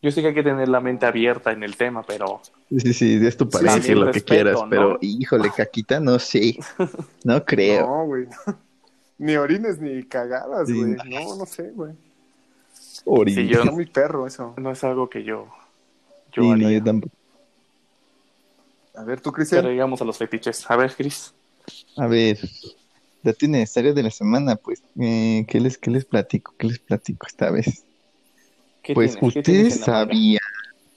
Speaker 1: Yo sé que hay que tener la mente abierta en el tema, pero
Speaker 3: Sí, sí, es tu parecer
Speaker 1: sí,
Speaker 3: lo que
Speaker 1: respeto,
Speaker 3: quieras,
Speaker 1: ¿no?
Speaker 3: pero híjole, caquita, no sé. No creo.
Speaker 2: No, güey. Ni orines ni cagadas,
Speaker 3: Sí,
Speaker 2: güey.
Speaker 3: no.
Speaker 2: No, no sé, güey.
Speaker 3: Orina.
Speaker 1: Sí, yo-
Speaker 2: Está muy perro eso.
Speaker 1: no es algo que yo. yo
Speaker 3: Sí, no,
Speaker 1: haría.
Speaker 3: yo tampoco.
Speaker 2: A ver, tú,
Speaker 1: Pero
Speaker 2: Cristian.
Speaker 1: llegamos a los fetiches. A ver, Chris.
Speaker 3: A ver, dato necesario de la semana, pues. eh, ¿qué, les, ¿Qué les platico? ¿Qué les platico esta vez?
Speaker 1: ¿qué
Speaker 3: Pues
Speaker 1: tienes? ¿Qué
Speaker 3: ustedes
Speaker 1: tienes en la manga?
Speaker 3: sabían,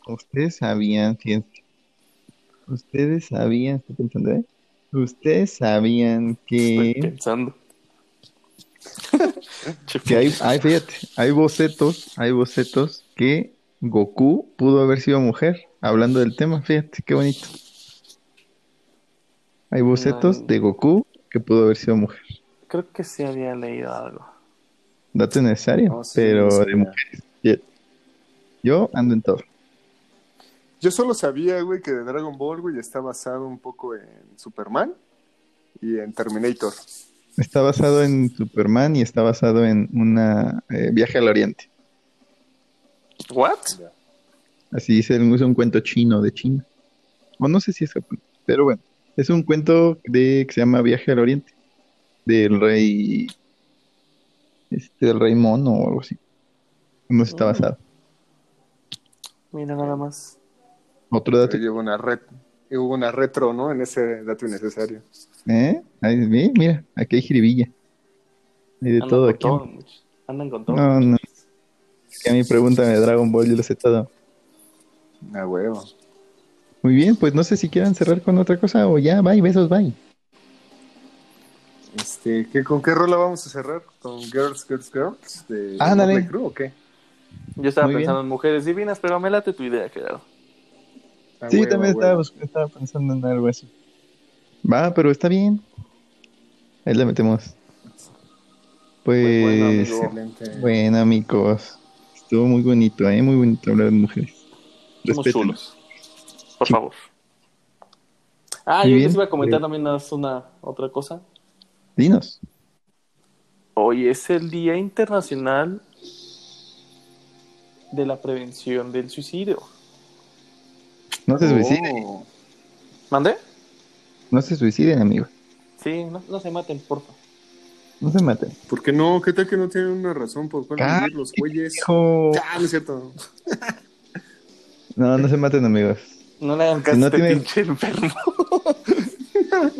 Speaker 3: ustedes sabían, fíjense, ustedes sabían, estoy pensando, ¿eh? Ustedes sabían
Speaker 1: Estoy
Speaker 3: que,
Speaker 1: pensando.
Speaker 3: que hay, hay, fíjate, hay bocetos, hay bocetos que Goku pudo haber sido mujer, hablando del tema, fíjate, qué bonito. Hay bocetos
Speaker 1: No.
Speaker 3: de Goku que pudo haber sido mujer,
Speaker 1: Creo que sí había leído algo.
Speaker 3: dato necesario,
Speaker 5: No, Oh, sí,
Speaker 3: pero
Speaker 5: sí,
Speaker 3: de
Speaker 5: ya.
Speaker 3: mujeres. Fíjate. Yo ando en todo.
Speaker 2: Yo solo sabía, güey, que de Dragon Ball, güey, está basado un poco en Superman y en Terminator.
Speaker 3: Está basado en Superman y está basado en una eh, viaje al oriente.
Speaker 1: ¿What?
Speaker 3: Así dice, es un cuento chino de China. O no sé si es japonés, pero bueno. Es un cuento de, que se llama Viaje al Oriente. Del rey. Este, del rey mono o algo así. No sé si está
Speaker 1: Mm.
Speaker 3: basado.
Speaker 1: Mira nada más.
Speaker 3: Otro dato.
Speaker 2: Ahí hubo una red. y Hubo una retro, ¿no? En ese dato innecesario.
Speaker 3: ¿Eh? Ahí, ve, mira, aquí hay jiribilla. Hay de
Speaker 1: Andan
Speaker 3: todo
Speaker 1: con
Speaker 3: aquí. Ah,
Speaker 1: todo, much- Andan con todo.
Speaker 3: No, no. Es que a mí pregúntame de Dragon Ball, yo lo sé todo.
Speaker 2: A huevo.
Speaker 3: Muy bien, pues no sé si quieran cerrar con otra cosa o ya, bye, besos, bye.
Speaker 2: Este, ¿qué, ¿Con qué rola vamos a cerrar? ¿Con Girls, Girls, Girls? De
Speaker 3: Ándale.
Speaker 2: Motley Crue, ¿o qué?
Speaker 1: Yo estaba
Speaker 3: Muy bien.
Speaker 1: pensando en mujeres divinas, pero me late tu idea, claro.
Speaker 2: A
Speaker 3: Sí,
Speaker 2: Ah, huevo,
Speaker 3: también
Speaker 2: a
Speaker 3: estaba,
Speaker 2: huevo.
Speaker 3: bus- estaba pensando en algo así. Va, pero está bien. Ahí la metemos. Pues,
Speaker 2: Bueno,
Speaker 3: bueno,
Speaker 2: amigo, excelente.
Speaker 3: amigos. Estuvo muy bonito, ¿eh? Muy bonito hablar de mujeres.
Speaker 1: Somos
Speaker 3: Respeten.
Speaker 1: chulos. Por favor. Ah,
Speaker 3: Muy
Speaker 1: yo
Speaker 3: bien.
Speaker 1: les iba a comentar
Speaker 3: Eh.
Speaker 1: también nada más una otra cosa.
Speaker 3: Dinos.
Speaker 1: Hoy es el Día Internacional de la Prevención del Suicidio.
Speaker 3: No se suiciden.
Speaker 2: Oh.
Speaker 1: ¿Mandé?
Speaker 3: No se suiciden, amigos.
Speaker 1: Sí, no, no se maten, porfa.
Speaker 3: No se maten.
Speaker 2: ¿Por qué no? ¿Qué tal que no tienen una razón por cuál
Speaker 3: Ah,
Speaker 2: vivir los güeyes?
Speaker 3: Hijo.
Speaker 2: Ah, no es cierto.
Speaker 3: No, no se maten, amigos.
Speaker 1: No le hagan caso
Speaker 3: no
Speaker 1: a este
Speaker 3: tiene-
Speaker 1: pinche enfermo.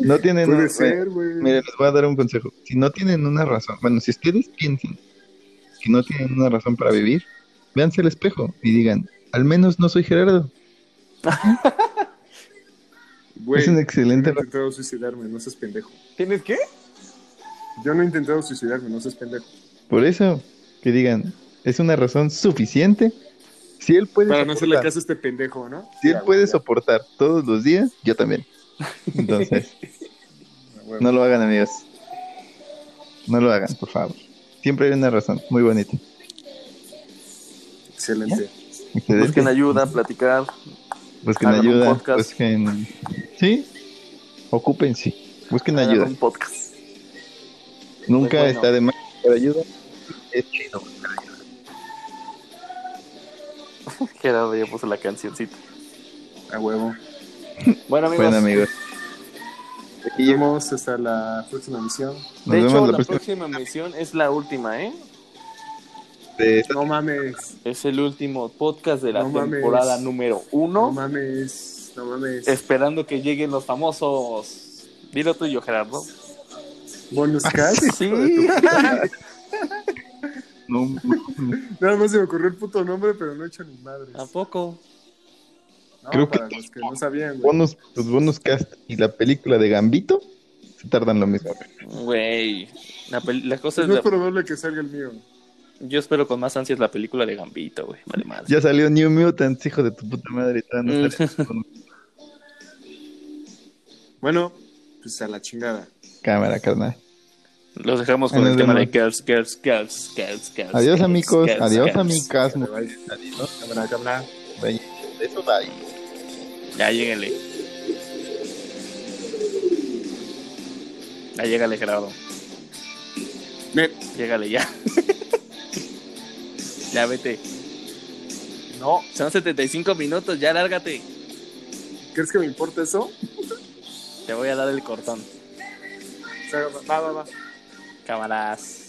Speaker 3: No tienen...
Speaker 2: Puede
Speaker 3: no-
Speaker 2: ser, güey.
Speaker 3: Mira, les voy a dar un consejo. Si no tienen una razón, bueno, si ustedes piensan que no tienen una razón para vivir, véanse al espejo y digan, al menos no soy Gerardo.
Speaker 2: Güey,
Speaker 3: es un
Speaker 2: yo no
Speaker 3: excelente...
Speaker 2: he intentado suicidarme, no seas pendejo.
Speaker 1: ¿Tienes qué?
Speaker 2: Yo no he intentado suicidarme, no seas pendejo.
Speaker 3: Por eso, que digan, es una razón suficiente. Si él puede,
Speaker 2: Para no hacerle
Speaker 3: soportar,
Speaker 2: caso a este pendejo, ¿no?
Speaker 3: si él
Speaker 2: Ya, güey,
Speaker 3: puede
Speaker 2: ya,
Speaker 3: soportar todos los días, yo también. Entonces,
Speaker 2: güey.
Speaker 3: no lo hagan, amigos. No lo hagan, por favor. Siempre hay una razón, muy bonita.
Speaker 2: Excelente.
Speaker 3: Excelente.
Speaker 1: Busquen ayuda, platicar.
Speaker 3: Busquen
Speaker 1: Hagan un
Speaker 3: ayuda,
Speaker 1: podcast.
Speaker 3: busquen... Sí, ocúpense, busquen
Speaker 1: hagan
Speaker 3: ayuda.
Speaker 1: Un podcast.
Speaker 3: Nunca
Speaker 1: Bueno.
Speaker 3: está de más buscar ayuda. Es chido.
Speaker 1: Gerardo ya puso la cancioncita.
Speaker 2: A huevo.
Speaker 1: Bueno, amigos.
Speaker 3: Bueno, amigos. Aquí
Speaker 2: Y
Speaker 3: llegamos.
Speaker 2: llegamos hasta la próxima misión.
Speaker 3: Nos
Speaker 1: de
Speaker 3: vemos
Speaker 1: hecho,
Speaker 3: la,
Speaker 1: la
Speaker 3: próxima.
Speaker 1: próxima misión es la última, ¿eh?
Speaker 3: de-
Speaker 2: No mames.
Speaker 1: Es el último podcast de la
Speaker 2: No mames.
Speaker 1: temporada número
Speaker 2: No,
Speaker 1: uno.
Speaker 2: mames. No mames.
Speaker 1: esperando que lleguen los famosos. Dilo tuyo, Gerardo.
Speaker 2: Bonus cast.
Speaker 1: Sí.
Speaker 3: No,
Speaker 2: Nada más se me ocurrió el puto nombre, pero no he hecho ni madres.
Speaker 1: ¿A poco?
Speaker 2: No,
Speaker 3: Creo que
Speaker 2: para los que no sabían, güey.
Speaker 3: bonus, los bonus cast y la película de Gambito se tardan lo mismo.
Speaker 1: Güey. La, pel- la cosa
Speaker 2: Pues Es
Speaker 1: es.
Speaker 2: muy
Speaker 1: la-
Speaker 2: probable que salga el mío.
Speaker 1: Yo espero con más ansias la película de Gambito, güey. Vale, madre.
Speaker 3: Ya salió New Mutants, hijo de tu puta madre. todavía no
Speaker 1: Mm.
Speaker 3: sale. Con
Speaker 2: Bueno, pues a la chingada.
Speaker 3: Cámara, carnal.
Speaker 1: Los dejamos
Speaker 3: Ahí
Speaker 1: con el
Speaker 3: nos
Speaker 1: tema de
Speaker 3: vemos.
Speaker 1: Girls, Girls, Girls, Girls, Girls.
Speaker 3: Adiós,
Speaker 1: girls,
Speaker 3: amigos.
Speaker 1: girls,
Speaker 3: Adiós,
Speaker 1: girls.
Speaker 3: amigas.
Speaker 2: Bye. Cámara, cámara.
Speaker 3: Bye. Eso, bye.
Speaker 1: Ya lléguenle. Ya llégale, Gerardo.
Speaker 2: Net.
Speaker 1: Llégale ya. ya vete.
Speaker 2: No,
Speaker 1: Son 75 minutos, ya lárgate.
Speaker 2: ¿crees que me importa eso?
Speaker 1: Te voy a dar el cortón.
Speaker 2: O sea, va, va, va.
Speaker 1: Cámaras.